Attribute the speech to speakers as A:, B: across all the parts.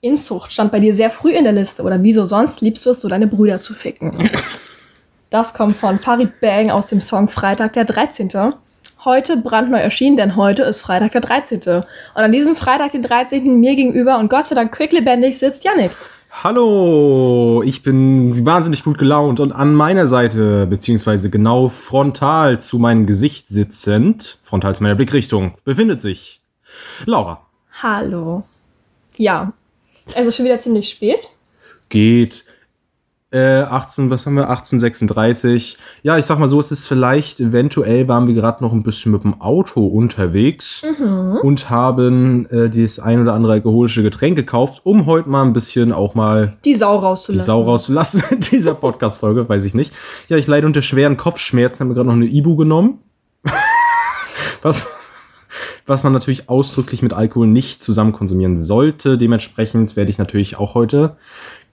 A: Inzucht stand bei dir sehr früh in der Liste oder wieso sonst liebst du es, so deine Brüder zu ficken? Das kommt von Farid Bang aus dem Song Freitag der 13. Heute brandneu erschienen, denn heute ist Freitag der 13. Und an diesem Freitag, den 13. mir gegenüber und Gott sei Dank quicklebendig sitzt Yannick.
B: Hallo, ich bin wahnsinnig gut gelaunt und an meiner Seite, beziehungsweise genau frontal zu meinem Gesicht sitzend, frontal zu meiner Blickrichtung, befindet sich Laura.
A: Hallo. Ja, also schon wieder ziemlich spät.
B: Geht. Äh, 18, was haben wir? 1836. Ja, ich sag mal so, es ist vielleicht, eventuell waren wir gerade noch ein bisschen mit dem Auto unterwegs und haben äh, das ein oder andere alkoholische Getränk gekauft, um heute mal ein bisschen auch mal
A: Die Sau
B: die
A: rauszulassen.
B: Sau rauszulassen in dieser Podcast-Folge, weiß ich nicht. Ja, ich leide unter schweren Kopfschmerzen, habe mir gerade noch eine Ibu genommen. was, was man natürlich ausdrücklich mit Alkohol nicht zusammen konsumieren sollte. Dementsprechend werde ich natürlich auch heute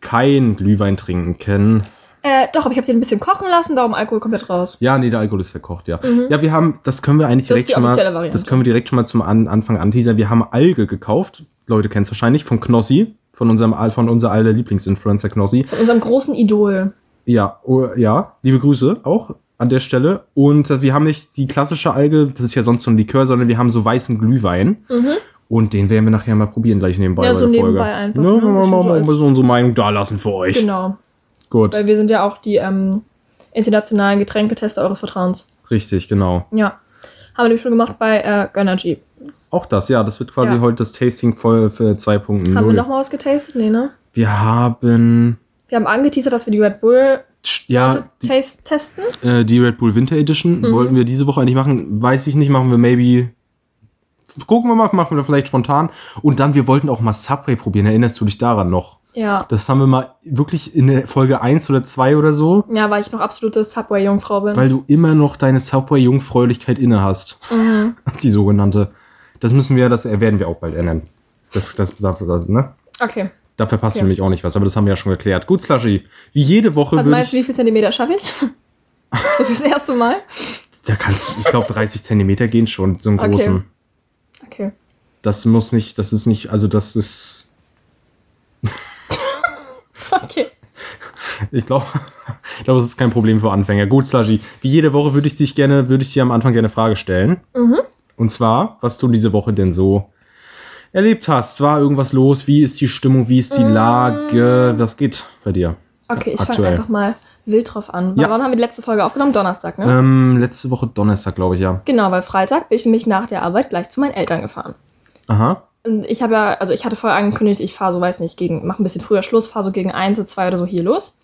B: kein Glühwein trinken können.
A: Äh, doch, aber ich habe den ein bisschen kochen lassen, darum Alkohol komplett raus.
B: Ja, nee, der Alkohol ist verkocht, ja. Ja, wir haben, das können wir eigentlich
A: Mhm. Das ist
B: direkt
A: die
B: schon mal,
A: offizielle Variante.
B: das können wir direkt schon mal zum An Anfang anteasern. Wir haben Alge gekauft. Leute kennen es wahrscheinlich von Knossi, von unserem, von unser aller Lieblingsinfluencer Knossi.
A: Von unserem großen Idol.
B: Ja, oh, ja, liebe Grüße auch an der Stelle. Und äh, wir haben nicht die klassische Alge, das ist ja sonst so ein Likör, sondern wir haben so weißen Glühwein. Und den werden wir nachher mal probieren, gleich nebenbei
A: Mhm. Ja,
B: bei
A: so
B: der Folge.
A: nebenbei einfach,
B: Ne,
A: ne?
B: wir mal,
A: Bisschen so
B: mal,
A: als-
B: mal so unsere Meinung da lassen für euch.
A: Genau.
B: Gut,
A: Weil wir sind ja auch die ähm, internationalen Getränketester eures Vertrauens.
B: richtig, genau.
A: Ja. Haben wir nämlich schon gemacht bei äh, Gönnergy.
B: Auch das, ja, das wird quasi
A: Ja.
B: heute das Tasting voll für 2.0.
A: Haben wir noch mal was getastet? Nee, ne?
B: wir haben.
A: Wir haben angeteasert, dass wir die Red Bull
B: Ja, Ah, die,
A: Taste testen.
B: äh, die Red Bull Winter Edition
A: Mhm.
B: wollten wir diese Woche eigentlich machen. Weiß ich nicht, machen wir maybe. Gucken wir mal, machen wir vielleicht spontan. Und dann, wir wollten auch mal Subway probieren. Erinnerst du dich daran noch?
A: Ja.
B: Das haben wir mal wirklich in der Folge 1 oder 2 oder so,
A: Ja, weil ich noch absolute Subway-Jungfrau bin.
B: weil du immer noch deine Subway-Jungfräulichkeit inne hast.
A: Mhm.
B: Die sogenannte. Das müssen wir, das werden wir auch bald ändern. Das, das, das, das ne?
A: okay.
B: Da verpasst
A: Ja.
B: du nämlich auch nicht was, aber das haben wir ja schon geklärt. Gut, Slushy, wie jede Woche
A: Was Also
B: würde
A: meinst du, wie
B: ich.
A: viel Zentimeter schaffe ich? so fürs erste Mal?
B: Da kannst du, ich glaube, 30 Zentimeter gehen schon, so einen
A: Okay.
B: großen.
A: Okay.
B: Das muss nicht, das ist nicht, also das ist.
A: Okay.
B: Ich glaube, ich glaube, es ist kein Problem für Anfänger. Gut, Slushy, wie jede Woche würde ich dich gerne, würde ich dir am Anfang gerne eine Frage stellen.
A: Mhm.
B: Und zwar, was du diese Woche denn so erlebt hast. War irgendwas los? Wie ist die Stimmung? Wie ist die
A: Mhm.
B: Lage? Was geht bei dir?
A: Okay, ich fange
B: Aktuell.
A: einfach mal wild drauf an.
B: Ja.
A: Wann haben wir die letzte Folge aufgenommen? Donnerstag, ne?
B: Ähm, letzte Woche Donnerstag, glaube ich, ja.
A: Genau, weil Freitag bin ich nämlich nach der Arbeit gleich zu meinen Eltern gefahren.
B: Aha.
A: Und ich habe ja, also ich hatte vorher angekündigt, ich fahre so, weiß nicht, gegen, mache ein bisschen früher Schluss, fahre so gegen 1, 2 oder so hier los.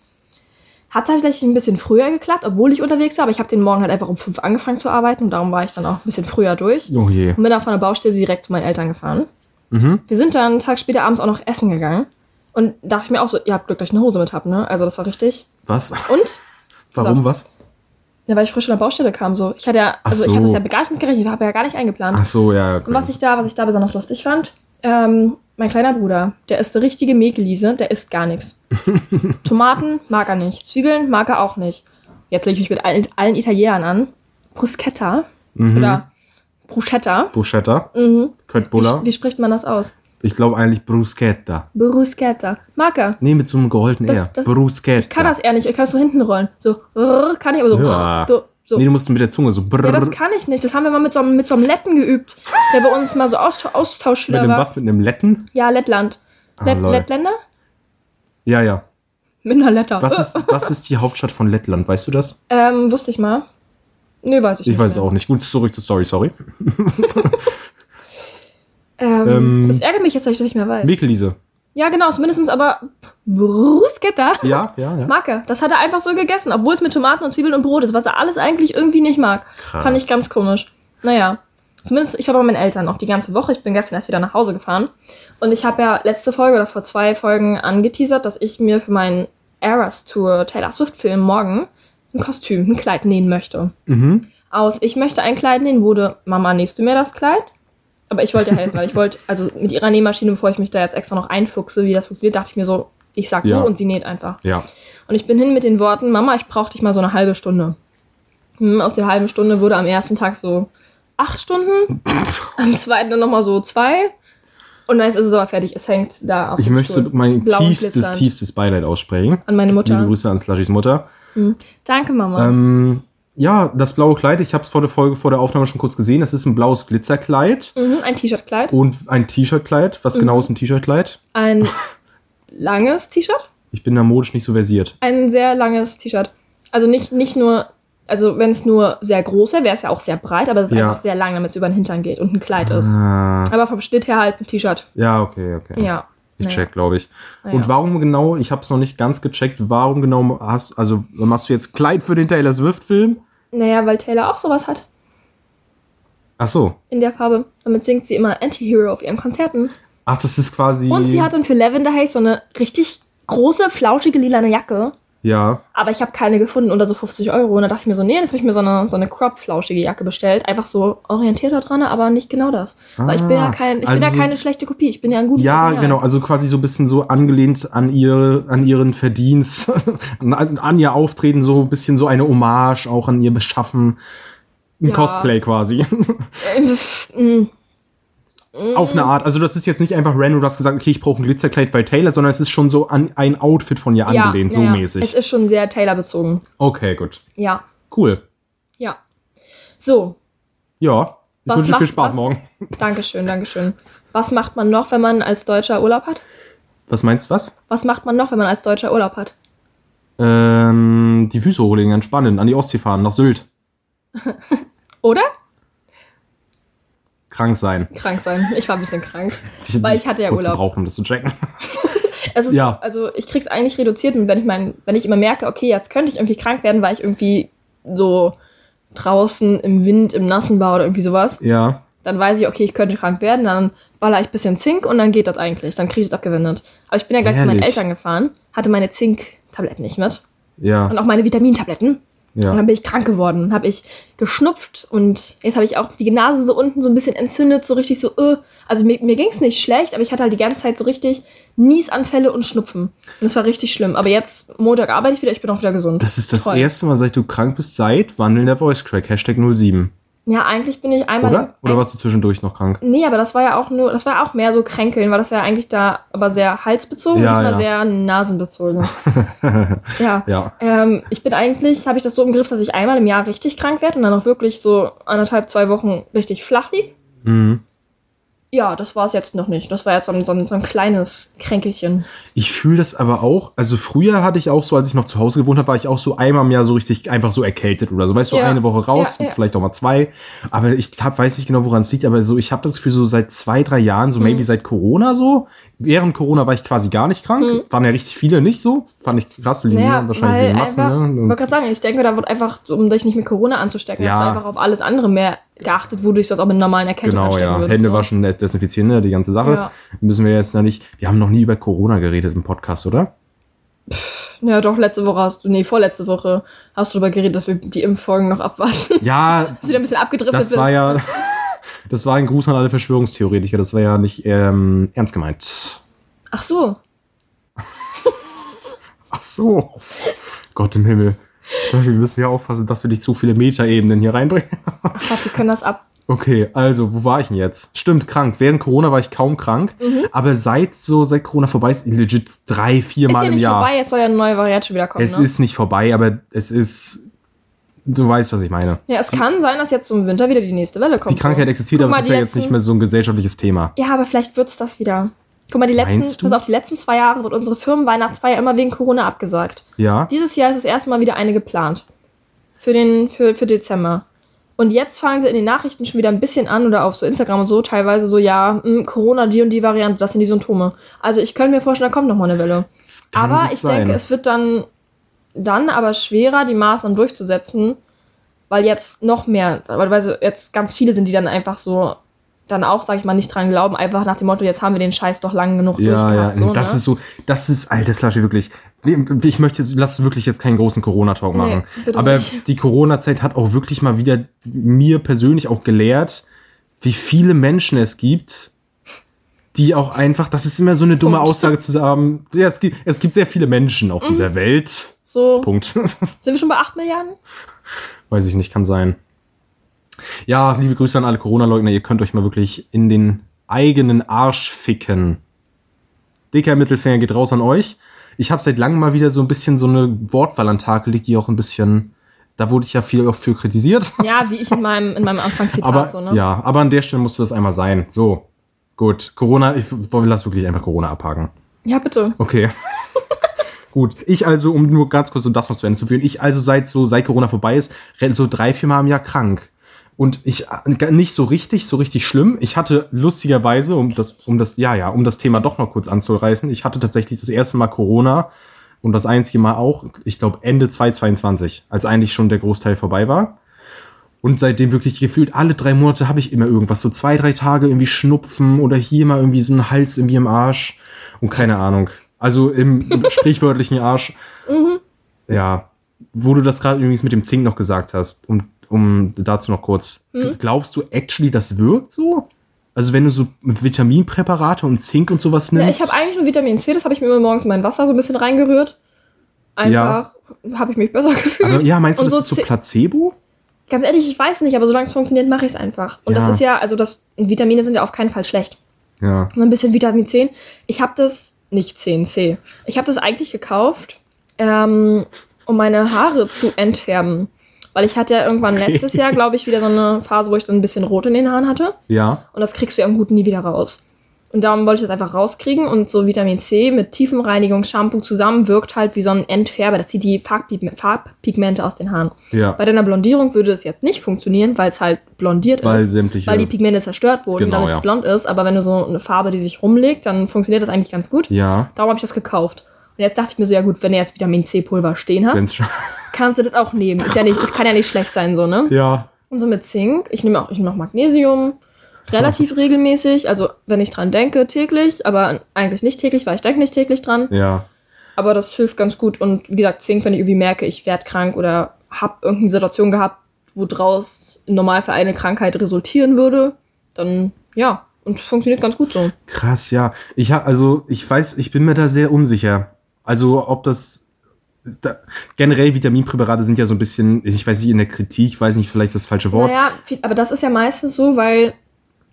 A: Hat tatsächlich ein bisschen früher geklappt, obwohl ich unterwegs war, aber ich habe den Morgen halt einfach um 5 angefangen zu arbeiten und darum war ich dann auch ein bisschen früher durch.
B: Oh je.
A: Und bin dann von der Baustelle direkt zu meinen Eltern gefahren.
B: Mhm.
A: Wir sind dann einen Tag später abends auch noch essen gegangen. Und dachte ich mir auch so, ihr habt Glück, dass ich eine Hose mit hab, ne? Also das war richtig.
B: Was?
A: Und
B: Warum was?
A: Ja, weil ich frisch von der Baustelle kam. So. Ich hatte ja,
B: Ach
A: also
B: so.
A: ich hatte das ja gar nicht mitgerechnet, ich habe ja gar nicht eingeplant.
B: Ach so, ja. Okay.
A: Und was ich da, was ich da besonders lustig fand, ähm, mein kleiner Bruder, der ist der richtige Mehlgeliese, der isst gar nichts. Tomaten mag er nicht, Zwiebeln mag er auch nicht. Jetzt lege ich mich mit allen, allen Italienern an. Bruschetta
B: Mhm.
A: oder Bruschetta.
B: Bruschetta?
A: Mhm. Wie,
B: Köttbullar?
A: wie spricht man das aus?
B: Ich glaube eigentlich Bruschetta.
A: Bruschetta. Mag er.
B: Nee, mit so einem gerollten
A: Das-
B: R.
A: das-
B: Bruschetta.
A: Ich kann das eher nicht, ich kann es so hinten rollen. So, rrr, kann ich aber so.
B: Ja.
A: so, so.
B: Nee, du musst mit der Zunge so brrr.
A: Ja, das kann ich nicht. Das haben wir mal mit so einem, mit so einem Letten geübt, der bei uns mal so Aus
B: mit
A: Austauschschüler
B: einem
A: war.
B: was? Mit einem Letten?
A: Ja, Lettland. Lett
B: lol.
A: Lettländer?
B: Ja, ja.
A: Mit einer Letter.
B: Was ist, was ist die Hauptstadt von Lettland? Weißt du das?
A: Ähm, wusste ich mal. Nö, weiß ich nicht.
B: Ich weiß es
A: mehr.
B: auch nicht. Gut, zurück zur Story, sorry.
A: Ähm,
B: Ähm,
A: das ärgert mich jetzt, dass ich das nicht mehr weiß.
B: Mikkelise.
A: Ja, genau, zumindest aber Bruschetta.
B: Ja, ja, ja.
A: Mag er. Das hat er einfach so gegessen, obwohl es mit Tomaten und Zwiebeln und Brot ist, was er alles eigentlich irgendwie nicht mag.
B: Krass.
A: Fand ich ganz komisch. Naja. Zumindest, ich war bei meinen Eltern auch die ganze Woche. Ich bin gestern erst wieder nach Hause gefahren. Und ich habe ja letzte Folge oder vor zwei Folgen angeteasert, dass ich mir für meinen Eras Tour Taylor Swift Film morgen ein Kostüm, ein Kleid nähen möchte.
B: Mhm.
A: Aus Ich möchte ein Kleid nähen wurde, Mama, nähst du mir das Kleid? Aber ich wollte ja helfen, weil ich wollte, also mit ihrer Nähmaschine, bevor ich mich da jetzt extra noch einfuchse, wie das funktioniert, dachte ich mir so, ich sag
B: Ja.
A: nur und sie näht einfach.
B: Ja.
A: Und ich bin hin mit den Worten, Mama, ich brauch dich mal so eine halbe Stunde. Hm, aus der halben Stunde wurde am ersten Tag so acht Stunden, am zweiten dann nochmal so zwei, Und dann ist es aber fertig. Es hängt da auf
B: Ich
A: dem
B: möchte
A: Stuhl.
B: mein
A: Blau und
B: tiefstes,
A: glitzernd.
B: tiefstes Beileid aussprechen.
A: An meine Mutter.
B: Liebe Grüße an Slashys Mutter.
A: Danke, Mama.
B: Ähm, ja, das blaue Kleid, ich habe es vor der Folge, vor der Aufnahme schon kurz gesehen. Das ist ein blaues Glitzerkleid
A: mhm, ein T-Shirt-Kleid.
B: und ein T-Shirt-Kleid.
A: Mhm.
B: Was genau ist ein T-Shirt-Kleid?
A: Ein langes T-Shirt.
B: Ich bin da modisch nicht so versiert.
A: Ein sehr langes T-Shirt. Also nicht, nicht nur, also wenn es nur sehr groß wäre, wäre es ja auch sehr breit, aber es ist
B: Ja.
A: einfach sehr lang, damit es über den Hintern geht und ein Kleid ist.
B: Ah,
A: Aber vom Schnitt her halt ein T-Shirt.
B: ja, okay, okay.
A: Ja.
B: Ich
A: Naja.
B: check, glaube ich.
A: Naja.
B: Und warum genau, ich habe es noch nicht ganz gecheckt, warum genau hast, also machst du jetzt Kleid für den Taylor Swift-Film?
A: Naja, weil Taylor auch sowas hat
B: Ach so.
A: in der Farbe. Damit singt sie immer Anti-Hero auf ihren Konzerten.
B: Ach, das ist quasi.
A: Und sie hat dann für Lavender Haze so eine richtig große, flauschige, lilane Jacke.
B: Ja,
A: Aber ich habe keine gefunden unter so 50 Euro. Und da dachte ich mir so, nee, jetzt habe ich mir so eine, so eine Crop-flauschige Jacke bestellt. Einfach so orientiert da dran, aber nicht genau das. Weil ich bin
B: Ah,
A: ja, kein, ich
B: also
A: bin
B: so-
A: ja keine schlechte Kopie. Ich bin ja ein gutes
B: ja,
A: Original.
B: genau. Also quasi so ein bisschen so angelehnt an ihre, an ihren Verdienst, an, an ihr Auftreten, so ein bisschen so eine Hommage auch an ihr Beschaffen. Ein
A: Ja.
B: Cosplay quasi.
A: Äh, pff, mm.
B: Auf eine Art. Also das ist jetzt nicht einfach random, du hast gesagt, okay, ich brauche ein Glitzerkleid bei Taylor, sondern es ist schon so an ein Outfit von ihr angelehnt, so
A: naja, Es
B: mäßig.
A: ist schon sehr Taylor-bezogen.
B: Okay, gut.
A: Ja,
B: Cool.
A: ja. So,
B: Ja. Ich
A: Was
B: wünsche dir viel
A: macht-
B: Spaß
A: was-
B: morgen.
A: Dankeschön, Dankeschön. Was macht man noch, wenn man als Deutscher Urlaub hat?
B: Was meinst du was?
A: Was macht man noch, wenn man als Deutscher Urlaub hat?
B: Ähm, die Füße hochlegen, entspannen, an die Ostsee fahren, nach Sylt.
A: Oder?
B: Krank sein.
A: Krank sein. Ich war ein bisschen krank. Weil ich hatte ja
B: kurz
A: Urlaub.
B: gebraucht, um das zu checken.
A: Es ist,
B: Ja.
A: Also ich krieg's eigentlich reduziert, und wenn ich mein, wenn ich immer merke, okay, jetzt könnte ich irgendwie krank werden, weil ich irgendwie so draußen im Wind, im Nassen war oder irgendwie sowas,
B: Ja.
A: dann weiß ich, okay, ich könnte krank werden, dann baller ich ein bisschen Zink und dann geht das eigentlich. Dann krieg ich es abgewendet. Aber ich bin ja gleich zu meinen
B: Herrlich.
A: Eltern gefahren, hatte meine Zinktabletten nicht mit
B: Ja.
A: und auch meine Vitamintabletten.
B: Ja.
A: Und dann bin ich krank geworden, habe ich geschnupft und jetzt habe ich auch die Nase so unten so ein bisschen entzündet, so richtig so, äh. also mir, mir ging's nicht schlecht, aber ich hatte halt die ganze Zeit so richtig Niesanfälle und Schnupfen. Und das war richtig schlimm. Aber jetzt, Montag arbeite ich wieder, ich bin auch wieder gesund.
B: Das ist das
A: Toll.
B: erste Mal, seit du krank bist, seit wandelnder Voice Crack, Hashtag 07.
A: Ja, eigentlich bin ich einmal.
B: Oder? Oder
A: ein-
B: warst du zwischendurch noch krank?
A: Nee, aber das war ja auch nur, das war auch mehr so kränkeln, weil das war ja eigentlich da aber sehr halsbezogen,
B: Ja,
A: nicht mal
B: ja.
A: sehr nasenbezogen. ja.
B: Ja.
A: Ähm, ich bin eigentlich, habe ich das so im Griff, dass ich einmal im Jahr richtig krank werde und dann auch wirklich so anderthalb, zwei Wochen richtig flach lieg.
B: Mhm.
A: Ja, das war es jetzt noch nicht. Das war jetzt so ein, so ein, so ein kleines Kränkelchen.
B: Ich fühle das aber auch. Also früher hatte ich auch so, als ich noch zu Hause gewohnt habe, war ich auch so einmal im Jahr so richtig einfach so erkältet oder so. Weißt du,
A: Ja.
B: eine Woche raus,
A: Ja, ja.
B: vielleicht auch mal zwei. Aber ich hab, weiß nicht genau, woran es liegt. Aber so, ich habe das Gefühl, so seit zwei, drei Jahren, so
A: Mhm.
B: maybe seit Corona so. Während Corona war ich quasi gar nicht krank. Waren ja richtig viele nicht so. Fand ich krass. Die
A: Mhm. Naja,
B: wahrscheinlich
A: weil
B: wegen Massen.
A: einfach, ich
B: ne?
A: wollte gerade sagen, ich denke, da wird einfach, so, um dich nicht mit Corona anzustecken,
B: Ja.
A: hast du einfach auf alles andere mehr geachtet, wo du dich sonst auch mit normalen Erkältung
B: Genau,
A: anstecken
B: ja.
A: würdest.
B: Hände
A: so.
B: waschen, ne- desinfizieren, ne, die ganze Sache.
A: Ja.
B: Müssen wir jetzt noch nicht. Wir haben noch nie über Corona geredet im Podcast, oder?
A: Ja, doch, letzte Woche hast du, nee, vorletzte Woche hast du darüber geredet, dass wir die Impffolgen noch abwarten.
B: Ja,
A: Dass du da ein bisschen abgedriftet
B: das
A: bist.
B: war ja. Das war ein Gruß an alle Verschwörungstheoretiker. Das war ja nicht ähm, ernst gemeint.
A: Ach so.
B: Ach so. Gott im Himmel. Wir müssen ja aufpassen, dass wir nicht zu viele Metaebenen hier reinbringen.
A: Ach Gott, die können das ab.
B: Okay, also, wo war ich denn jetzt? Stimmt, krank. Während Corona war ich kaum krank. Aber seit so, seit Corona vorbei ist, legit drei, vier
A: Ist
B: Mal
A: ja
B: im
A: nicht
B: Jahr.
A: vorbei, jetzt soll ja eine neue Variante wieder kommen.
B: Es
A: ne?
B: ist nicht vorbei, aber es ist. Du weißt, was ich meine.
A: ja, es kann sein, dass jetzt im Winter wieder die nächste Welle kommt.
B: Die Krankheit
A: so.
B: existiert,
A: Guck
B: aber
A: mal,
B: es ist
A: die
B: ja jetzt
A: letzten-
B: nicht mehr so ein gesellschaftliches Thema.
A: Ja, aber vielleicht wird's das wieder. Guck mal, die letzten,
B: Meinst du?
A: pass auf, die letzten zwei Jahre wird unsere Firmenweihnachtsfeier immer wegen Corona abgesagt.
B: Ja?
A: Dieses Jahr ist das erste Mal wieder eine geplant. Für den, für, für Dezember. Und jetzt fangen sie in den Nachrichten schon wieder ein bisschen an oder auf so Instagram und so teilweise so, ja, hm, Corona, die und die Variante, das sind die Symptome. Also ich könnte mir vorstellen, da kommt nochmal eine Welle.
B: Es kann
A: Aber
B: gut
A: ich
B: sein.
A: denke, es wird dann, dann aber schwerer, die Maßnahmen durchzusetzen, weil jetzt noch mehr, weil weil so jetzt ganz viele sind, die dann einfach so, dann auch, sag ich mal, nicht dran glauben, einfach nach dem Motto, jetzt haben wir den Scheiß doch lang genug
B: Ja, ja,
A: durchgehabt. So,
B: das
A: ne?
B: ist so, das ist, alter Slashy, wirklich. Ich möchte, jetzt- lass wirklich jetzt keinen großen Corona-Talk
A: Nee,
B: machen.
A: bitte
B: Aber
A: nicht.
B: die Corona-Zeit hat auch wirklich mal wieder mir persönlich auch gelehrt, wie viele Menschen es gibt, die auch einfach, das ist immer so eine dumme
A: Punkt. Mhm.
B: Aussage zu sagen, ja, es gibt, es gibt sehr viele Menschen auf dieser Welt.
A: so
B: Punkt.
A: sind wir schon bei 8 Milliarden?
B: Weiß ich nicht, kann sein. Ja, liebe Grüße an alle Corona-Leugner. Ihr könnt euch mal wirklich in den eigenen Arsch ficken. Dicker Mittelfinger geht raus an euch. Ich habe seit langem mal wieder so ein bisschen so eine Wortwahl an den Tag gelegt, die auch ein bisschen. Da wurde ich ja viel auch für kritisiert.
A: Ja, wie ich in meinem, in meinem Anfangszitat
B: Aber
A: so, ne?
B: ja, aber an der Stelle musste das einmal sein. So. Gut. Corona, ich w- lass wirklich einfach Corona abhaken.
A: ja, bitte.
B: Okay. Gut, ich also, um nur ganz kurz um das noch zu Ende zu führen, ich also seit so, seit Corona vorbei ist, renn so drei, vier Mal im Jahr krank. Und ich, äh, nicht so richtig, so richtig schlimm. Ich hatte lustigerweise, um das, um das, ja, ja, um das Thema doch noch kurz anzureißen, ich hatte tatsächlich das erste Mal Corona und das einzige Mal auch, ich glaube, Ende 2022, als eigentlich schon der Großteil vorbei war. Und seitdem wirklich gefühlt alle drei Monate habe ich immer irgendwas. So zwei, drei Tage irgendwie Schnupfen oder hier mal irgendwie so ein Hals irgendwie im Arsch. Und keine Ahnung. Also im sprichwörtlichen Arsch.
A: Mhm.
B: Ja. Wo du das gerade übrigens mit dem Zink noch gesagt hast, um, um dazu noch kurz.
A: Mhm.
B: Glaubst du actually, das wirkt so? Also wenn du so Vitaminpräparate und Zink und sowas
A: Ja,
B: nimmst?
A: ich habe eigentlich nur Vitamin C, das habe ich mir immer morgens in mein Wasser so ein bisschen reingerührt. Einfach habe ich mich besser gefühlt.
B: aber, ja, meinst du,
A: Und
B: das
A: so
B: ist so
A: Zink-
B: Placebo?
A: Ganz ehrlich, ich weiß nicht, aber solange es funktioniert, mache ich es einfach. Und das
B: Ja.
A: ist ja, also das Vitamine sind ja auf keinen Fall schlecht.
B: Ja.
A: So ein bisschen Vitamin C. Ich habe das nicht 10C. Ich habe das eigentlich gekauft, ähm, um meine Haare zu entfärben. Weil ich hatte ja irgendwann letztes Jahr, glaube ich, wieder so eine Phase, wo ich dann ein bisschen rot in den Haaren hatte.
B: Ja.
A: Und das kriegst du ja im Guten nie wieder raus. Und darum wollte ich das einfach rauskriegen. Und so Vitamin C mit Tiefenreinigung-Shampoo zusammen wirkt halt wie so ein Entfärber. Das zieht die Farbpigme- Farbpigmente aus den Haaren.
B: Ja.
A: Bei deiner Blondierung würde es jetzt nicht funktionieren, weil es halt blondiert
B: Weil
A: ist.
B: sämtliche-
A: Weil die Pigmente zerstört wurden,
B: Genau,
A: damit es
B: ja.
A: blond ist. Aber wenn du so eine Farbe, die sich rumlegt, dann funktioniert das eigentlich ganz gut.
B: Ja.
A: Darum habe ich das gekauft. Und jetzt dachte ich mir so, ja gut, wenn du jetzt Vitamin C-Pulver stehen hast,
B: Wenn's schon.
A: kannst du das auch nehmen. Ist ja nicht, es kann ja nicht schlecht sein, so, ne?
B: Ja.
A: Und so mit Zink. Ich nehme auch, ich nehme auch Magnesium. Relativ
B: Hm.
A: regelmäßig. Also, wenn ich dran denke, täglich. Aber eigentlich nicht täglich, weil ich denke nicht täglich dran.
B: Ja.
A: Aber das hilft ganz gut. Und wie gesagt, Zink, wenn ich irgendwie merke, ich werde krank oder habe irgendeine Situation gehabt, wo draus im Normalfall eine Krankheit resultieren würde, dann ja. Und es funktioniert ganz gut so.
B: Krass, ja. Ich ha, also ich weiß, ich bin mir da sehr unsicher. Also ob das da, generell Vitaminpräparate sind ja so ein bisschen, ich weiß nicht in der Kritik, ich weiß nicht, vielleicht das falsche Wort.
A: Naja, viel, aber das ist ja meistens so, weil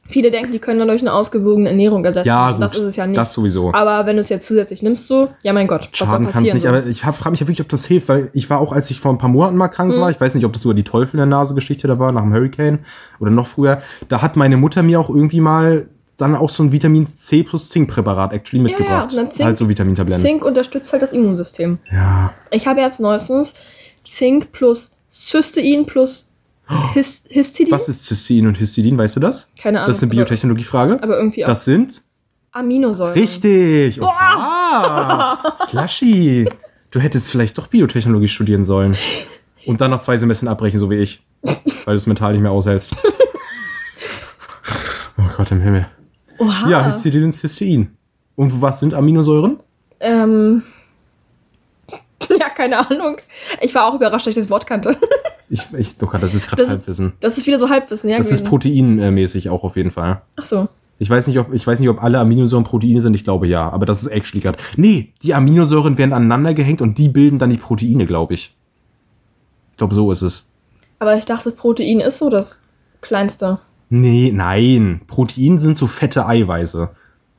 A: viele denken, die können dadurch eine ausgewogene Ernährung ersetzen.
B: ja, gut.
A: Das ist es ja nicht.
B: Das sowieso.
A: aber wenn du es jetzt zusätzlich nimmst, so, ja, mein Gott, was soll
B: Schaden kann
A: passieren?
B: es
A: ne?
B: nicht,
A: so?
B: aber ich frage mich ja wirklich, ob das hilft, weil ich war auch, als ich vor ein paar Monaten mal
A: Mhm.
B: krank war, ich weiß nicht, ob das sogar die Teufel in der Nase-Geschichte da war, nach dem Hurricane oder noch früher, da hat meine Mutter mir auch irgendwie mal dann auch so ein Vitamin C plus Zink-Präparat actually
A: ja,
B: mitgebracht.
A: und dann Zink-
B: also Vitamintabletten.
A: Zink unterstützt halt das Immunsystem.
B: Ja.
A: Ich habe jetzt neuestens Zink plus Cystein plus His Histidin.
B: Was ist Cystein und Histidin, weißt du das?
A: Mhm. Keine Ahnung.
B: Das ist eine
A: aber-
B: Biotechnologiefrage.
A: Aber irgendwie auch
B: Das sind
A: Aminosäuren.
B: richtig. Boah. Slushy. Du hättest vielleicht doch Biotechnologie studieren sollen. Und dann noch zwei Semester abbrechen, so wie ich. Weil du es mental nicht mehr aushältst. Oh Gott im Himmel.
A: Oha.
B: Ja, Histidin und Cystein. Und was sind Aminosäuren?
A: ähm, ja, keine Ahnung. Ich war auch überrascht, dass ich das Wort kannte.
B: Ich, ich, oh Gott, das ist gerade
A: Das-
B: Halbwissen.
A: Das ist wieder so Halbwissen, ja.
B: Das ist
A: gewesen.
B: proteinmäßig auch auf jeden Fall.
A: Ach so.
B: Ich weiß nicht, ob, ich weiß nicht, ob alle Aminosäuren Proteine sind. Ich glaube ja, aber das ist actually gerade. Nee, die Aminosäuren werden aneinander gehängt und die bilden dann die Proteine, glaube ich. Ich glaube, so ist es.
A: Aber ich dachte, Protein ist so das kleinste.
B: Nee, nein. Proteine sind so fette Eiweiße.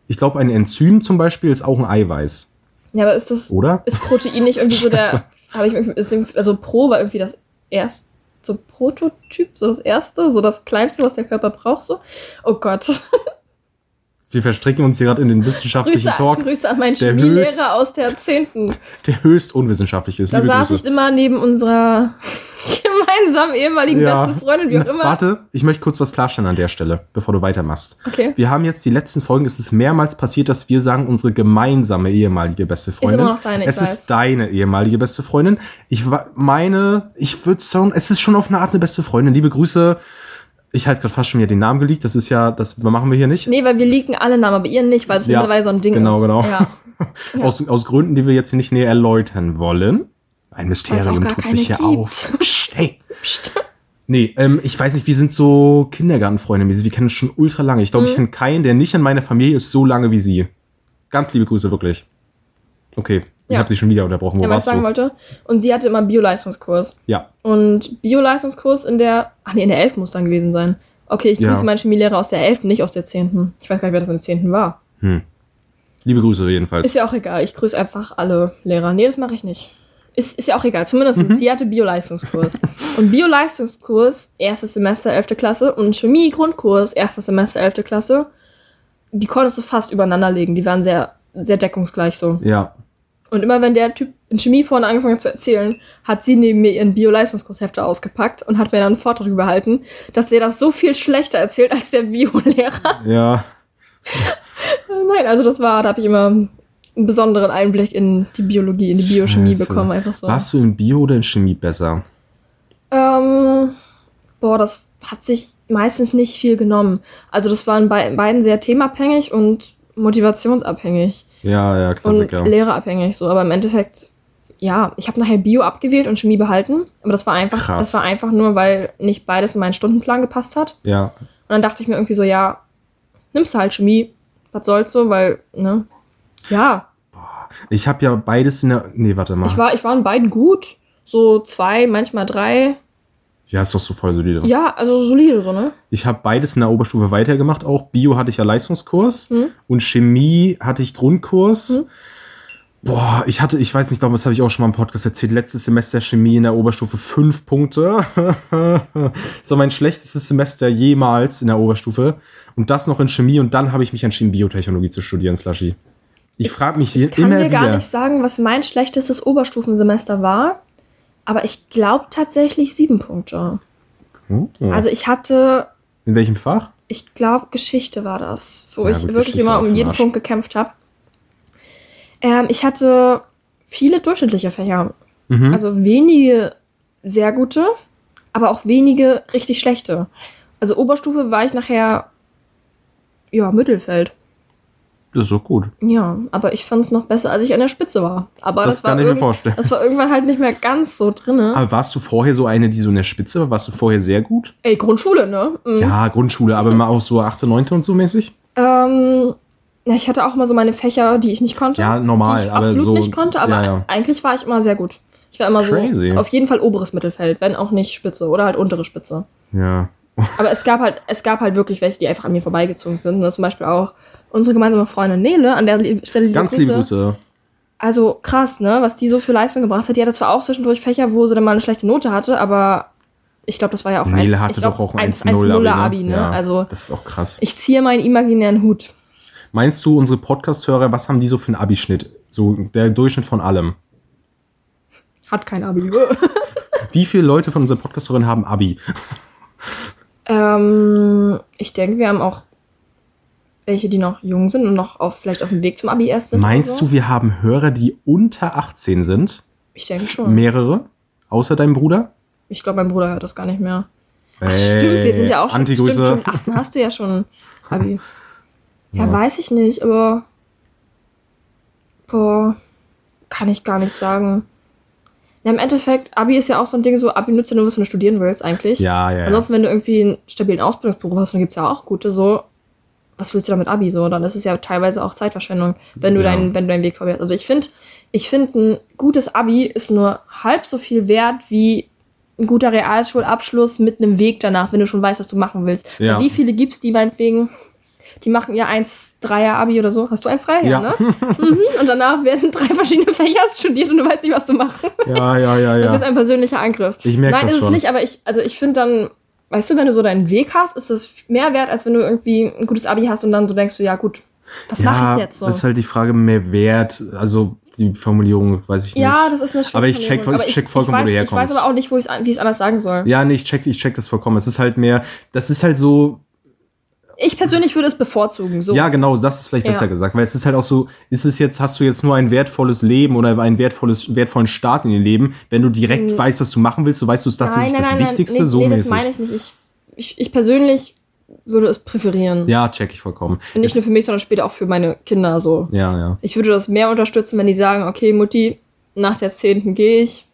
B: Ich glaube, ein Enzym zum Beispiel ist auch ein Eiweiß,
A: Ja, aber ist das.
B: oder?
A: Ist Protein nicht irgendwie so
B: Scheiße.
A: der. Habe ich irgendwie- ist irgendwie- also Pro war irgendwie das erste. So Prototyp, so das erste, so das kleinste, was der Körper braucht, so. Oh Gott.
B: Wir verstricken uns hier gerade in den wissenschaftlichen
A: Grüße,
B: Talk,
A: Grüße an meinen
B: Der höchst-
A: Chemielehrer aus der 10.
B: der höchst unwissenschaftlich ist.
A: Da
B: Liebe
A: saß
B: Grüße.
A: ich immer neben unserer gemeinsamen ehemaligen
B: Ja.
A: besten Freundin, wie auch
B: Na,
A: immer.
B: Warte, ich möchte kurz was klarstellen an der Stelle, bevor du weitermachst.
A: Okay.
B: Wir haben jetzt die letzten Folgen, es ist mehrmals passiert, dass wir sagen, unsere gemeinsame ehemalige beste Freundin.
A: immer noch deine, ich
B: es
A: weiß.
B: ist deine ehemalige beste Freundin. Ich wa- meine, ich würde sagen, es ist schon auf eine Art eine beste Freundin. Liebe Grüße. Ich halte gerade fast schon wieder den Namen geleakt. Das ist ja, das machen wir hier nicht.
A: Nee, weil wir liegen alle Namen, aber ihr nicht, weil es
B: Ja,
A: mittlerweile so ein Ding
B: genau,
A: ist.
B: genau.
A: Ja. Ja.
B: Aus, aus Gründen, die wir jetzt hier nicht näher erläutern wollen. Ein
A: Weil's auch
B: Mysterium
A: gar
B: tut
A: keine
B: sich hier
A: gibt.
B: auf. Psst, hey. Nee, ähm, ich weiß nicht, wir sind so Kindergartenfreunde. Wir wir kennen uns schon ultra lange. Ich glaube, ich
A: Mhm.
B: kenne keinen, der nicht in meiner Familie ist, so lange wie sie. Ganz liebe Grüße, wirklich. Okay, ich
A: Ja.
B: habe dich schon wieder unterbrochen. Wo
A: Ja, was ich
B: warst
A: sagen
B: du?
A: wollte. Und sie hatte immer Bio-Leistungskurs.
B: Ja,
A: Und Bio-Leistungskurs in der. Ach nee, in der 11 muss dann gewesen sein. Okay, ich
B: Ja.
A: grüße meinen Chemielehrer aus der 11., nicht aus der 10. Ich weiß gar nicht, wer das in der 10. war.
B: Liebe Grüße jedenfalls.
A: Ist ja auch egal. Ich grüße einfach alle Lehrer. Nee, das mache ich nicht. Ist, ist ja auch egal. Zumindest sie hatte Bio-Leistungskurs. und Bio-Leistungskurs, erstes Semester, 11. Klasse. Und Chemie-Grundkurs, erstes Semester, 11. Klasse. Die konntest du fast übereinander legen. Die waren sehr, sehr deckungsgleich so.
B: Ja.
A: Und immer wenn der Typ in Chemie vorne angefangen hat zu erzählen, hat sie neben mir ihren Bio-Leistungskurshefter ausgepackt und hat mir dann einen Vortrag überhalten, dass der das so viel schlechter erzählt als der Bio-Lehrer.
B: Ja.
A: Nein, also das war, da habe ich immer einen besonderen Einblick in die Biologie, in die Biochemie
B: Scheiße.
A: bekommen, einfach so.
B: Warst du in Bio oder in Chemie besser?
A: Ähm, boah, das hat sich meistens nicht viel genommen. Also das waren bei beiden sehr themabhängig und motivationsabhängig.
B: Ja, ja,
A: und
B: Klassiker.
A: lehrerabhängig so, aber im Endeffekt ja, ich habe nachher Bio abgewählt und Chemie behalten, aber das war einfach
B: Krass.
A: das war einfach nur, weil nicht beides in meinen Stundenplan gepasst hat
B: Ja.
A: und dann dachte ich mir irgendwie so, ja, nimmst du halt Chemie, was soll's so, weil ne? Ja,
B: Ich habe ja beides in der. Nee, warte mal.
A: ich war ich war in beiden gut, so zwei, manchmal drei.
B: ja, ist doch so voll solide.
A: Ja, also solide so, ne?
B: Ich habe beides in der Oberstufe weitergemacht. Auch Bio hatte ich ja Leistungskurs
A: Hm?
B: und Chemie hatte ich Grundkurs.
A: Hm.
B: Boah, ich hatte, ich weiß nicht, warum, das habe ich auch schon mal im Podcast erzählt. Letztes Semester Chemie in der Oberstufe fünf Punkte. das war mein schlechtestes Semester jemals in der Oberstufe. Und das noch in Chemie und dann habe ich mich entschieden, Biotechnologie zu studieren, Slushy. Ich, frage mich
A: Ich kann
B: immer
A: mir
B: wieder.
A: gar nicht sagen, was mein schlechtestes Oberstufensemester war, aber ich glaube tatsächlich sieben Punkte.
B: Hm? Ja.
A: Also ich hatte
B: in welchem Fach?
A: ich glaube, Geschichte war das, wo
B: Ja,
A: ich
B: gut,
A: wirklich
B: Geschichte
A: immer
B: auf
A: um
B: den
A: jeden
B: Arsch.
A: Punkt gekämpft habe. Ähm, ich hatte viele durchschnittliche Fächer.
B: Mhm.
A: Also wenige sehr gute, aber auch wenige richtig schlechte. Also Oberstufe war ich nachher, ja, Mittelfeld.
B: das ist doch gut.
A: Ja, aber ich fand es noch besser, als ich an der Spitze war. Aber das,
B: Das
A: war
B: kann ich mir
A: irgend-
B: vorstellen. Also
A: Das war irgendwann halt nicht mehr ganz so drinne.
B: Aber warst du vorher so eine, die so in der Spitze war? Warst du vorher sehr gut?
A: Ey, Grundschule, ne? Mhm.
B: Ja, Grundschule, aber mal auch so 8., 9. und so mäßig?
A: Ähm, ja, ich hatte auch mal so meine Fächer, die ich nicht konnte.
B: Ja, normal,
A: Die ich
B: aber
A: absolut
B: so-
A: nicht konnte, aber
B: ja, ja.
A: eigentlich war ich immer sehr gut. Ich war immer
B: Crazy.
A: so auf jeden Fall oberes Mittelfeld, wenn auch nicht Spitze oder halt untere Spitze.
B: Ja.
A: Aber es gab halt, es gab halt wirklich welche, die einfach an mir vorbeigezogen sind. Das ist zum Beispiel auch unsere gemeinsame Freundin Nele an der Lie- Stelle.
B: Ganz liebe Grüße.
A: Also krass, ne? Was die so für Leistung gebracht hat. Die hatte zwar auch zwischendurch Fächer, wo sie dann mal eine schlechte Note hatte, aber ich glaube, das war ja auch
B: Nele
A: eins-
B: hatte
A: ich glaub,
B: doch auch ein
A: 1-0
B: 1-0
A: Abi, ne?
B: Ja,
A: Also
B: das ist auch krass.
A: ich ziehe meinen imaginären Hut.
B: Meinst du, unsere Podcast-Hörer, was haben die so für einen Abischnitt? So der Durchschnitt von allem.
A: Hat kein Abi.
B: Wie viele Leute von unseren Podcast-Hörern haben Abi?
A: Ähm, ich denke, wir haben auch welche, die noch jung sind und noch auf, vielleicht auf dem Weg zum Abi erst sind.
B: Meinst du, wir haben Hörer, die unter 18 sind?
A: Ich denke schon.
B: Mehrere? Außer deinem Bruder?
A: Ich glaube, mein Bruder hört das gar nicht mehr. Ach,
B: Ey,
A: stimmt, wir sind ja auch schon.
B: Antigrüße.
A: Stimmt, stimmt. Ach, dann hast du ja schon Abi. Ja,
B: Ja.
A: weiß ich nicht, aber. Boah, kann ich gar nicht sagen. Ja, im Endeffekt, Abi ist ja auch so ein Ding, so Abi nützt ja nur, was wenn du studieren willst, eigentlich.
B: Ja, ja, ja.
A: Ansonsten, wenn du irgendwie einen stabilen Ausbildungsberuf hast, dann gibt es ja auch gute, so, was willst du damit Abi? So, dann ist es ja teilweise auch Zeitverschwendung, wenn du,
B: Ja.
A: deinen, wenn du deinen Weg verwehrst. Also ich finde, ich finde, ein gutes Abi ist nur halb so viel wert wie ein guter Realschulabschluss mit einem Weg danach, wenn du schon weißt, was du machen willst.
B: Ja.
A: Weil Wie viele gibt es, die meinetwegen, die machen ihr 1-3er Abi oder so? Hast du 1-3er,
B: Ja.
A: ne? mhm. Und danach werden drei verschiedene Fächer studiert und du weißt nicht, was du machen
B: Ja, ja, ja,
A: das ist
B: ja.
A: jetzt ein persönlicher Angriff.
B: Ich merk
A: Nein,
B: das
A: ist
B: schon.
A: es nicht, aber ich, also ich finde dann, weißt du, wenn du so deinen Weg hast, ist das mehr wert, als wenn du irgendwie ein gutes Abi hast und dann so denkst du, ja gut, was mache ich jetzt so?
B: Das ist halt die Frage mehr wert. Also die Formulierung weiß ich nicht.
A: ja, das ist eine schwierige
B: Aber ich check-
A: Formulierung,
B: ich
A: aber
B: check vollkommen, wo
A: ich
B: du
A: weiß, Ich
B: herkommst.
A: weiß aber auch nicht, wo ich's an- wie ich es anders sagen soll.
B: Ja, nee, ich check, ich check das vollkommen. Es ist halt mehr, das ist halt so,
A: Ich persönlich würde es bevorzugen. So.
B: ja, genau, das ist vielleicht
A: Ja.
B: besser gesagt, weil es ist halt auch so, ist es jetzt, hast du jetzt nur ein wertvolles Leben oder einen wertvolles, wertvollen Start in dein Leben, wenn du direkt
A: Hm.
B: weißt, was du machen willst, du weißt, du ist das nämlich das Wichtigste,
A: nee,
B: so
A: nee, das
B: mäßig.
A: meine ich nicht. Ich, ich, ich persönlich würde es präferieren.
B: Ja, check ich vollkommen.
A: Und Nicht
B: Es-
A: nur für mich, sondern später auch für meine Kinder. So.
B: ja, ja.
A: Ich würde das mehr unterstützen, wenn die sagen, okay, Mutti, nach der 10. gehe ich